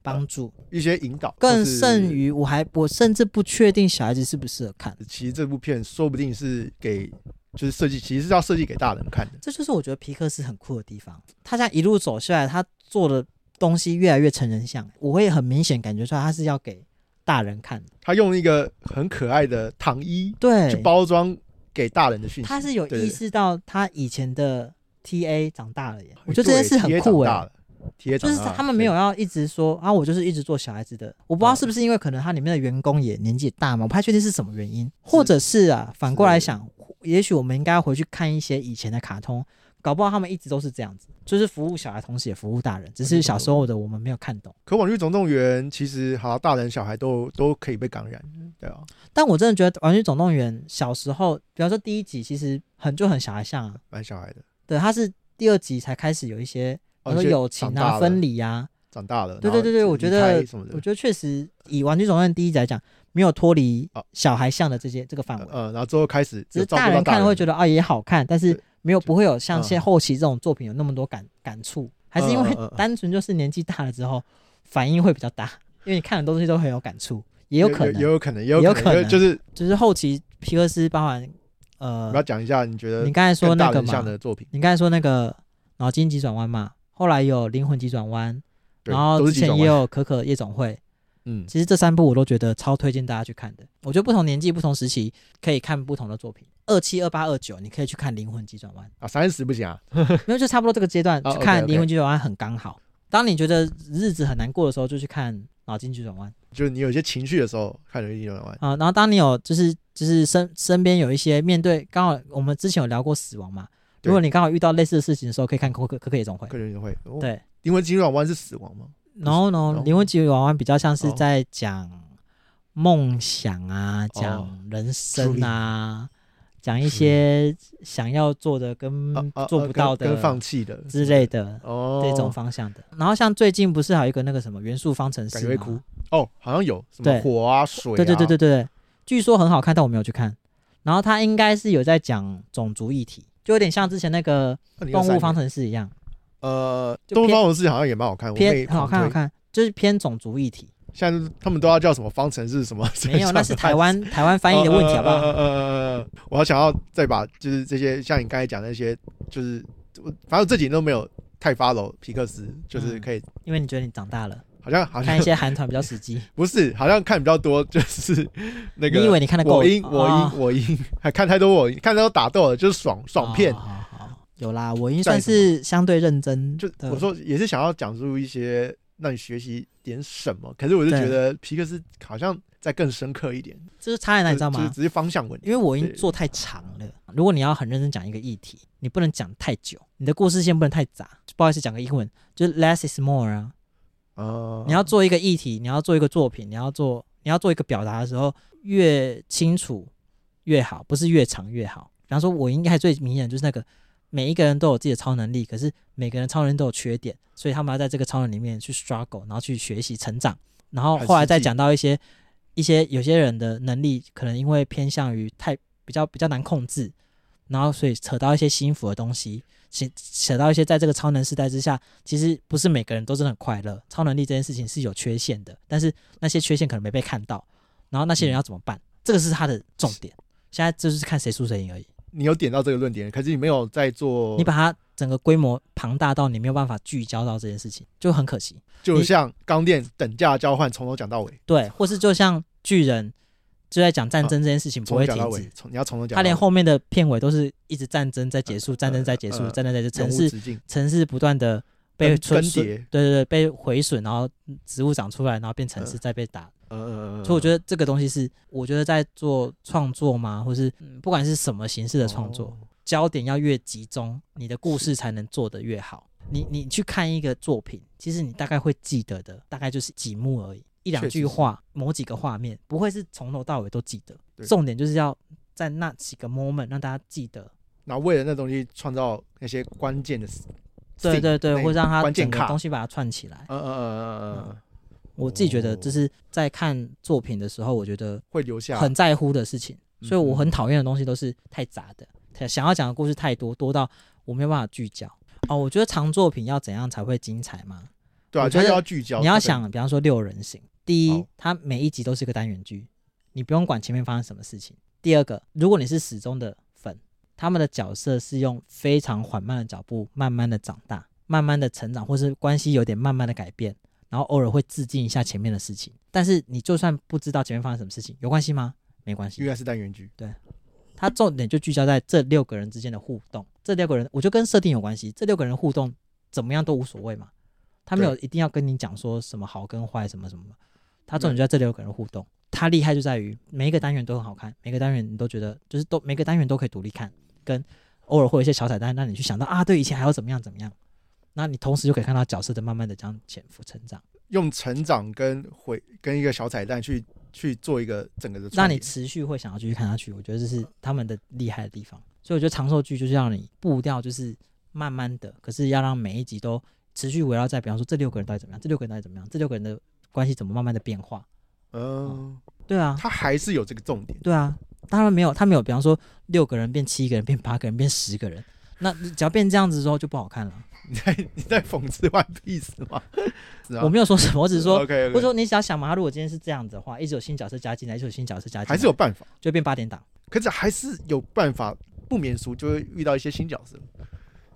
[SPEAKER 2] 帮助，
[SPEAKER 1] 一些引导，
[SPEAKER 2] 更
[SPEAKER 1] 或是
[SPEAKER 2] 甚于我还我甚至不确定小孩子适不适合看。
[SPEAKER 1] 其实这部片说不定是给就是设计，其实是要设计给大人看的。
[SPEAKER 2] 这就是我觉得皮克斯很酷的地方。他这样一路走下来，他做的东西越来越成人向，我会很明显感觉出来他是要给大人看的。
[SPEAKER 1] 他用一个很可爱的糖衣去
[SPEAKER 2] 对，
[SPEAKER 1] 包装给大人的讯息。
[SPEAKER 2] 他是有
[SPEAKER 1] 对
[SPEAKER 2] 意识到他以前的 TA 长大了耶，我觉得这件事很
[SPEAKER 1] 哦对
[SPEAKER 2] 酷哎、，
[SPEAKER 1] 贴
[SPEAKER 2] 就
[SPEAKER 1] 长
[SPEAKER 2] 是
[SPEAKER 1] 大了
[SPEAKER 2] 他们没有，要一直说啊，我就是一直做小孩子的。我
[SPEAKER 1] 嗯
[SPEAKER 2] 不知道是不是因为可能他里面的员工也年纪也大嘛，我不太确定是什么原因，或者是啊，反过来想，也许我们应该要回去看一些以前的卡通，搞不好他们一直都是这样子，就是服务小孩，同时也服务大人，只是小时候的我们没有看懂。
[SPEAKER 1] 可《网剧总动员》其实好，大人小孩都都可以被感染，对啊，
[SPEAKER 2] 但我真的觉得《玩具总动员》小时候，比方说第一集其实很就很小孩像啊，
[SPEAKER 1] 蛮小孩的。
[SPEAKER 2] 对，他是第二集才开始有一些，比
[SPEAKER 1] 哦
[SPEAKER 2] 如说
[SPEAKER 1] 一些
[SPEAKER 2] 友情
[SPEAKER 1] 长大
[SPEAKER 2] 啊、
[SPEAKER 1] 了
[SPEAKER 2] 分离啊，
[SPEAKER 1] 长大了，
[SPEAKER 2] 对
[SPEAKER 1] 然后
[SPEAKER 2] 对对对我
[SPEAKER 1] 离
[SPEAKER 2] 觉得
[SPEAKER 1] 开什么的
[SPEAKER 2] 我，觉得确实以《玩具总动员》第一集来讲，没有脱离
[SPEAKER 1] 哦
[SPEAKER 2] 小孩像的这些这个范围，
[SPEAKER 1] 呃，然后之后开始
[SPEAKER 2] 只
[SPEAKER 1] 有
[SPEAKER 2] 是
[SPEAKER 1] 照顾
[SPEAKER 2] 大
[SPEAKER 1] 到
[SPEAKER 2] 人看了会觉
[SPEAKER 1] 得
[SPEAKER 2] 得啊也好看，但是
[SPEAKER 1] 对
[SPEAKER 2] 没有不会有像
[SPEAKER 1] 嗯
[SPEAKER 2] 现后期这种作品有那么多感感触，还是因
[SPEAKER 1] 嗯嗯
[SPEAKER 2] 为
[SPEAKER 1] 嗯嗯
[SPEAKER 2] [laughs] 单纯就是年纪大了之后反应会比较大，因为你看很多东西都很有感触，也有可
[SPEAKER 1] 也
[SPEAKER 2] 能
[SPEAKER 1] 有可能，也有
[SPEAKER 2] 也有
[SPEAKER 1] 可
[SPEAKER 2] 可
[SPEAKER 1] 能，
[SPEAKER 2] 能嗯
[SPEAKER 1] 就是
[SPEAKER 2] 就是后期皮克斯包含
[SPEAKER 1] 我
[SPEAKER 2] 呃
[SPEAKER 1] 们要，讲一下，你觉得
[SPEAKER 2] 你刚才说
[SPEAKER 1] 更
[SPEAKER 2] 那
[SPEAKER 1] 呃大
[SPEAKER 2] 个
[SPEAKER 1] 人像
[SPEAKER 2] 嘛，
[SPEAKER 1] 的作品，
[SPEAKER 2] 你刚才说那个脑筋急转弯嘛，后来有灵魂急转弯，
[SPEAKER 1] 对，
[SPEAKER 2] 然后
[SPEAKER 1] 都
[SPEAKER 2] 之
[SPEAKER 1] 是几
[SPEAKER 2] 前
[SPEAKER 1] 种
[SPEAKER 2] 也
[SPEAKER 1] 嘛，
[SPEAKER 2] 有可可夜总会。
[SPEAKER 1] 嗯，
[SPEAKER 2] 其实这三部我都觉得超推荐大家去看的。我觉得不同年纪、不同时期可以看不同的作品。二七、二八、二九，你可以去看《灵魂急转弯
[SPEAKER 1] 啊，三十不行啊，》，
[SPEAKER 2] 没有就差不多这个阶段
[SPEAKER 1] 哦
[SPEAKER 2] 去看《
[SPEAKER 1] ，OK，OK
[SPEAKER 2] 灵魂急转弯》很刚好。当你觉得日子很难过的时候，就去看《脑筋急转弯》
[SPEAKER 1] 就是你有一些情绪的时候看人一种玩，
[SPEAKER 2] 啊、然后当你有就是就是身身边有一些面对刚好我们之前有聊过死亡嘛，
[SPEAKER 1] 对
[SPEAKER 2] 如果你刚好遇到类似的事情的时候，可以看可可可可夜总会。
[SPEAKER 1] 个人会哦
[SPEAKER 2] 对，
[SPEAKER 1] 灵魂进入转弯是死亡吗？
[SPEAKER 2] 然后呢
[SPEAKER 1] 哦，
[SPEAKER 2] 灵魂急转弯比较像是
[SPEAKER 1] 哦
[SPEAKER 2] 在讲梦想啊，
[SPEAKER 1] 哦
[SPEAKER 2] 讲人生啊，讲一些想要做的跟
[SPEAKER 1] 啊啊
[SPEAKER 2] 嗯做
[SPEAKER 1] 啊跟
[SPEAKER 2] 不到的
[SPEAKER 1] 跟放弃的
[SPEAKER 2] 之类的
[SPEAKER 1] 哦，
[SPEAKER 2] 这种方向的。然后像最近不是还有一个那个什么元素方程
[SPEAKER 1] 感觉
[SPEAKER 2] 式
[SPEAKER 1] 会
[SPEAKER 2] 吗
[SPEAKER 1] 哭哦，好像有什
[SPEAKER 2] 对
[SPEAKER 1] 么火啊、水啊，
[SPEAKER 2] 对对对对对对，据说很好看，但我没有去看。然后它应该是有在讲种族议题，就有点像之前那个
[SPEAKER 1] 对
[SPEAKER 2] 动物方程式一样，
[SPEAKER 1] 呃，
[SPEAKER 2] 就
[SPEAKER 1] 动物
[SPEAKER 2] 偏
[SPEAKER 1] 方程式好像也蛮好看，我妹
[SPEAKER 2] 偏很好
[SPEAKER 1] 狂
[SPEAKER 2] 看，好
[SPEAKER 1] 推。
[SPEAKER 2] 看，就是偏种族
[SPEAKER 1] [laughs]
[SPEAKER 2] 议题。
[SPEAKER 1] 现在都他们都要叫什么方程式什么？
[SPEAKER 2] 没有，那是台
[SPEAKER 1] [laughs]
[SPEAKER 2] 湾台湾翻译的问题，好不好？
[SPEAKER 1] 呃呃呃呃呃，我要想要再把就是这些像你刚才讲那些，就是我反正这几年都没有太 follow 皮克斯，就是可以
[SPEAKER 2] 因为你觉得你长大了，
[SPEAKER 1] 好像好
[SPEAKER 2] 看
[SPEAKER 1] 像 [laughs]
[SPEAKER 2] 一些韩团比较实际。
[SPEAKER 1] 不是好像看比较多，就是那
[SPEAKER 2] 你以
[SPEAKER 1] 个
[SPEAKER 2] 为你看得够？
[SPEAKER 1] 我英我
[SPEAKER 2] 哦
[SPEAKER 1] 英我英，还看太多我英看太多打斗了，就是爽爽片
[SPEAKER 2] 哦。好好好有啦，我英
[SPEAKER 1] 在
[SPEAKER 2] 算是相对认真
[SPEAKER 1] 就
[SPEAKER 2] 的。
[SPEAKER 1] 我说也是想要讲述一些让你学习点什么，可是我就
[SPEAKER 2] 对
[SPEAKER 1] 觉得皮克斯好像再更深刻一点，
[SPEAKER 2] 就是差在哪，
[SPEAKER 1] 那
[SPEAKER 2] 你知道
[SPEAKER 1] 就是
[SPEAKER 2] 吗？
[SPEAKER 1] 直接方向问
[SPEAKER 2] 因为我英
[SPEAKER 1] 对
[SPEAKER 2] 做太长了。如果你要很认真讲一个议题，你不能讲太久，你的故事线不能太杂。不好意思，讲个英文，就是 less is more 啊。
[SPEAKER 1] 啊。
[SPEAKER 2] 你要做一个议题，你要做一个作品，你要做你要做一个表达的时候，越清楚越好，不是越长越好。比方说，我应该最明显的就是那个，每一个人都有自己的超能力，可是每个人超能力都有缺点，所以他们要在这个超能力里面去 struggle，然后去学习成长。然后后来再讲到一些一些有些人的能力可能因为偏向于太比较比较难控制，然后所以扯到一些心服的东西，扯扯到一些在这个超能时代之下，其实不是每个人都真的很快乐。超能力这件事情是有缺陷的，但是那些缺陷可能没被看到，然后那些人要怎么办？这个是他的重点。现在就是看谁输谁赢而已。
[SPEAKER 1] 你有点到这个论点，可是你没有在做，
[SPEAKER 2] 你把它整个规模庞大到你没有办法聚焦到这件事情，就很可惜。
[SPEAKER 1] 就
[SPEAKER 2] 你
[SPEAKER 1] 像钢电等价交换从头讲到尾，
[SPEAKER 2] 对，或是就像巨人就在讲战争这件事情
[SPEAKER 1] 啊从
[SPEAKER 2] 不
[SPEAKER 1] 头
[SPEAKER 2] 会
[SPEAKER 1] 讲到
[SPEAKER 2] 停
[SPEAKER 1] 尾
[SPEAKER 2] 止，，
[SPEAKER 1] 从你要从头讲到尾，
[SPEAKER 2] 他连后面的片尾都是一直战争在结束，战争在结束，
[SPEAKER 1] 呃
[SPEAKER 2] 战争在结束，
[SPEAKER 1] 永
[SPEAKER 2] 城
[SPEAKER 1] 无
[SPEAKER 2] 市
[SPEAKER 1] 止境
[SPEAKER 2] 城市不断的被
[SPEAKER 1] 更
[SPEAKER 2] 摧
[SPEAKER 1] 更迭
[SPEAKER 2] 对对对，被毁损，然后植物长出来，然后变城市，
[SPEAKER 1] 嗯
[SPEAKER 2] 再被打，
[SPEAKER 1] 嗯嗯嗯，
[SPEAKER 2] 所以我觉
[SPEAKER 1] 得
[SPEAKER 2] 得这个东西是，我觉得在做创作嘛，或是、嗯不管是什么形式的创
[SPEAKER 1] 哦
[SPEAKER 2] 作，焦点要越集中，你的故事才能做得越好。你你去看一个作品，其实你大概会记得的，大概就是几幕而已，一两
[SPEAKER 1] 确实
[SPEAKER 2] 句话，某几个画面，不会是从头到尾都记得。
[SPEAKER 1] 对
[SPEAKER 2] 重点就是要在那几个 moment 让大家记得，
[SPEAKER 1] 那为了那东西创造那些关键的 thing，
[SPEAKER 2] 对对对，
[SPEAKER 1] 那
[SPEAKER 2] 会让它
[SPEAKER 1] 关键
[SPEAKER 2] 整个
[SPEAKER 1] 卡
[SPEAKER 2] 东西把它串起来。
[SPEAKER 1] 嗯嗯嗯嗯嗯嗯，
[SPEAKER 2] 我自己觉得
[SPEAKER 1] 哦
[SPEAKER 2] 这是在看作品的时候，我觉得
[SPEAKER 1] 会留下
[SPEAKER 2] 很在乎的事情，
[SPEAKER 1] 嗯
[SPEAKER 2] 所以我很讨厌的东西都是太杂的，太想要讲的故事太多，多到我没有办法聚焦。哦，我觉得长作品要怎样才会精彩嘛？
[SPEAKER 1] 对啊，
[SPEAKER 2] 我觉
[SPEAKER 1] 就
[SPEAKER 2] 得
[SPEAKER 1] 要聚焦。
[SPEAKER 2] 你要
[SPEAKER 1] 对
[SPEAKER 2] 想，比方说六人行，第一
[SPEAKER 1] 好，
[SPEAKER 2] 它每一集都是个单元剧，你不用管前面发生什么事情。第二个，如果你是始终的粉，他们的角色是用非常缓慢的脚步，慢慢的长大，慢慢的成长，或是关系有点慢慢的改变，然后偶尔会致敬一下前面的事情。但是你就算不知道前面发生什么事情，有关系吗？没关系
[SPEAKER 1] 应，该是单元剧，
[SPEAKER 2] 它重点就聚焦在这六个人之间的互动。这六个人，我就跟设定有关系。这六个人互动怎么样都无所谓嘛，他没有一定要跟你讲说什么好跟坏什么什么，他重点就在这六个人互动。他厉害就在于每一个单元都很好看，每个单元你都觉得就是都每个单元都可以独立看，跟偶尔会有一些小彩蛋让你去想到啊，对，以前还要怎么样怎么样。那你同时就可以看到角色的慢慢的这样潜伏成长，
[SPEAKER 1] 用成长跟回跟一个小彩蛋去去做一个整个的串
[SPEAKER 2] 让你
[SPEAKER 1] 联。
[SPEAKER 2] 持续会想要继续看下去。我觉得这是他们的厉害的地方。所以我觉得长寿剧就是让你步调就是慢慢的，可是要让每一集都持续围绕在，比方说这六个人到底怎么样，这六个人到底怎么样，这六个人的关系怎么慢慢的变化。
[SPEAKER 1] 嗯，
[SPEAKER 2] 对啊，
[SPEAKER 1] 它还是有这个重点。 [laughs]
[SPEAKER 2] 对啊，当然没有，他没有，比方说六个人变七个人，变八个人，变十个人。那只要变这样子之后就不好看了。
[SPEAKER 1] 你在你在讽刺 One Piece 吗？是啊，
[SPEAKER 2] 我没有说什么，我只
[SPEAKER 1] [laughs]
[SPEAKER 2] 是说，
[SPEAKER 1] OK，
[SPEAKER 2] 或者说你只要想嘛，他如果今天是这样子的话，一直有新角色加进来，一直有新角色加进来，
[SPEAKER 1] 还是有办法，
[SPEAKER 2] 就变八点档。
[SPEAKER 1] 可是还是有办法不免俗，就会遇到一些新角色。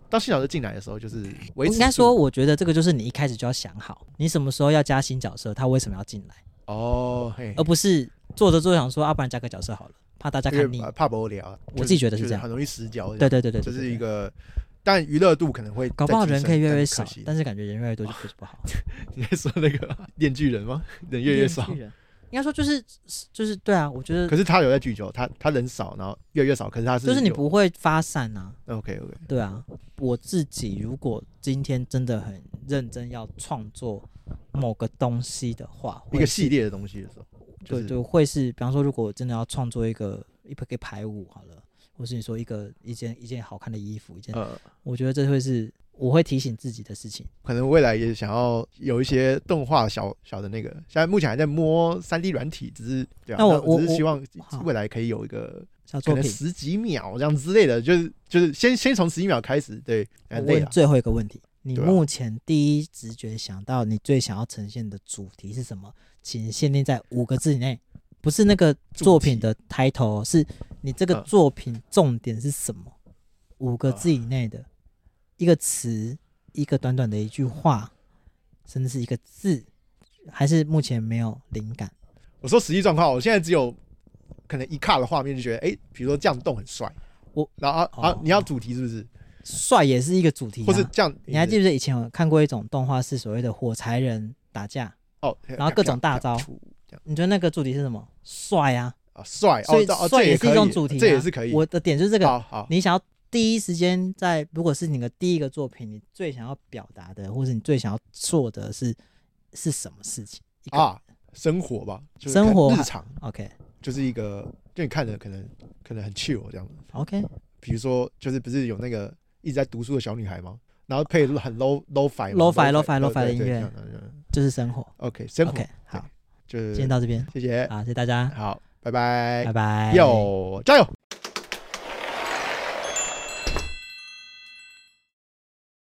[SPEAKER 1] 当新角色进来的时候，就是维持
[SPEAKER 2] 应该
[SPEAKER 1] 住
[SPEAKER 2] 说，我觉得这个就是你一开始就要想好，你什么时候要加新角色，他为什么要进来，
[SPEAKER 1] 哦，嘿
[SPEAKER 2] 而，不是做着做着想说，啊，不然加个角色好了，怕大家
[SPEAKER 1] 因为
[SPEAKER 2] 看腻。
[SPEAKER 1] 怕不无聊，啊就
[SPEAKER 2] 我
[SPEAKER 1] 是
[SPEAKER 2] 自己觉得是
[SPEAKER 1] 就是
[SPEAKER 2] 这样
[SPEAKER 1] 很容易死角。
[SPEAKER 2] 对，对对对，
[SPEAKER 1] 这
[SPEAKER 2] 对
[SPEAKER 1] 是一。
[SPEAKER 2] 对对
[SPEAKER 1] 个，但娱乐度可能会
[SPEAKER 2] 搞不
[SPEAKER 1] 再
[SPEAKER 2] 好
[SPEAKER 1] 提
[SPEAKER 2] 人
[SPEAKER 1] 升
[SPEAKER 2] 可以越来越
[SPEAKER 1] 但
[SPEAKER 2] 少
[SPEAKER 1] 可惜，
[SPEAKER 2] 但是感觉人越来越多就不是不好。
[SPEAKER 1] [laughs] 你在说那个 [laughs] 电锯人吗？人越来越少
[SPEAKER 2] 人，应该说就是就是对啊，我觉得
[SPEAKER 1] 可是他有在聚焦，他他人少，然后越来越少，可是他是
[SPEAKER 2] 就是你
[SPEAKER 1] 有
[SPEAKER 2] 不会发散啊。
[SPEAKER 1] OK OK，
[SPEAKER 2] 对啊，我自己如果今天真的很认真要创作某个东西的话，
[SPEAKER 1] 一
[SPEAKER 2] 会
[SPEAKER 1] 个
[SPEAKER 2] 是
[SPEAKER 1] 系列的东西的时候，就
[SPEAKER 2] 对
[SPEAKER 1] 是
[SPEAKER 2] 对，会是，比方说，如果我真的要创作一个一个一个排舞好了，或是你说一个一件一件好看的衣服，一件，
[SPEAKER 1] 呃，
[SPEAKER 2] 我觉得这会是我会提醒自己的事情。
[SPEAKER 1] 可能未来也想要有一些动画小小的那个，现在目前还在摸三 D 软体，只是对啊，
[SPEAKER 2] 那我我
[SPEAKER 1] 只是希望
[SPEAKER 2] 好
[SPEAKER 1] 未来可以有一个
[SPEAKER 2] 小
[SPEAKER 1] 可
[SPEAKER 2] 作
[SPEAKER 1] 能
[SPEAKER 2] 品，
[SPEAKER 1] 十几秒这样之类的，就是就是先先从十几秒开始，对，
[SPEAKER 2] 我
[SPEAKER 1] 很累
[SPEAKER 2] 问
[SPEAKER 1] 了。
[SPEAKER 2] 最后一个问题：你
[SPEAKER 1] 对啊
[SPEAKER 2] 目前第一直觉想到你最想要呈现的主题是什么？请限定在五个字以内，不是那个
[SPEAKER 1] 主
[SPEAKER 2] 作品
[SPEAKER 1] 题
[SPEAKER 2] 的 title，哦是你这个
[SPEAKER 1] 嗯
[SPEAKER 2] 作品重点是什么？五个字以
[SPEAKER 1] 啊
[SPEAKER 2] 内的一个词，一个短短的一句话，甚至是一个字，还是目前没有灵感？
[SPEAKER 1] 我说实际状况，我现在只有可能一卡的画面就觉得，哎，比如说这样动很帅，
[SPEAKER 2] 我
[SPEAKER 1] 然后啊
[SPEAKER 2] 哦
[SPEAKER 1] 啊，你要主题是不是？
[SPEAKER 2] 帅也是一个主题、啊，
[SPEAKER 1] 或是这样，
[SPEAKER 2] 你还记不记得以前我看过一种动画，是所谓的火柴人打架？
[SPEAKER 1] 哦，
[SPEAKER 2] 然后各种大招
[SPEAKER 1] 这样
[SPEAKER 2] 你觉得那个主题是什么？帅啊！
[SPEAKER 1] 啊，帅，哦
[SPEAKER 2] 所以
[SPEAKER 1] 这哦
[SPEAKER 2] 帅
[SPEAKER 1] 这
[SPEAKER 2] 也是一种
[SPEAKER 1] 可以
[SPEAKER 2] 主题啊
[SPEAKER 1] 这也是可以。
[SPEAKER 2] 我的点就是这个，
[SPEAKER 1] 好好，
[SPEAKER 2] 你想要第一时间在，如果是你的第一个作品，你最想要表达的，或者你最想要做的是是什么事情？一个
[SPEAKER 1] 啊，生活吧，就是
[SPEAKER 2] 生活
[SPEAKER 1] 可能日常
[SPEAKER 2] OK
[SPEAKER 1] 就是一个，就你看着可能可能很 chill 这样子。
[SPEAKER 2] OK，
[SPEAKER 1] 比如说，就是不是有那个一直在读书的小女孩吗？然后配很 low low fi
[SPEAKER 2] Lo-fi Lo-fi
[SPEAKER 1] 对
[SPEAKER 2] Lo-fi 的
[SPEAKER 1] 对对
[SPEAKER 2] 音乐
[SPEAKER 1] 这样这样这样
[SPEAKER 2] 就是生活。
[SPEAKER 1] OK，生活
[SPEAKER 2] OK，好，
[SPEAKER 1] 就是
[SPEAKER 2] 今天到这边，
[SPEAKER 1] 谢谢，
[SPEAKER 2] 好，谢谢大家，
[SPEAKER 1] 好，拜拜
[SPEAKER 2] 拜，拜。
[SPEAKER 1] 哎哟，加油！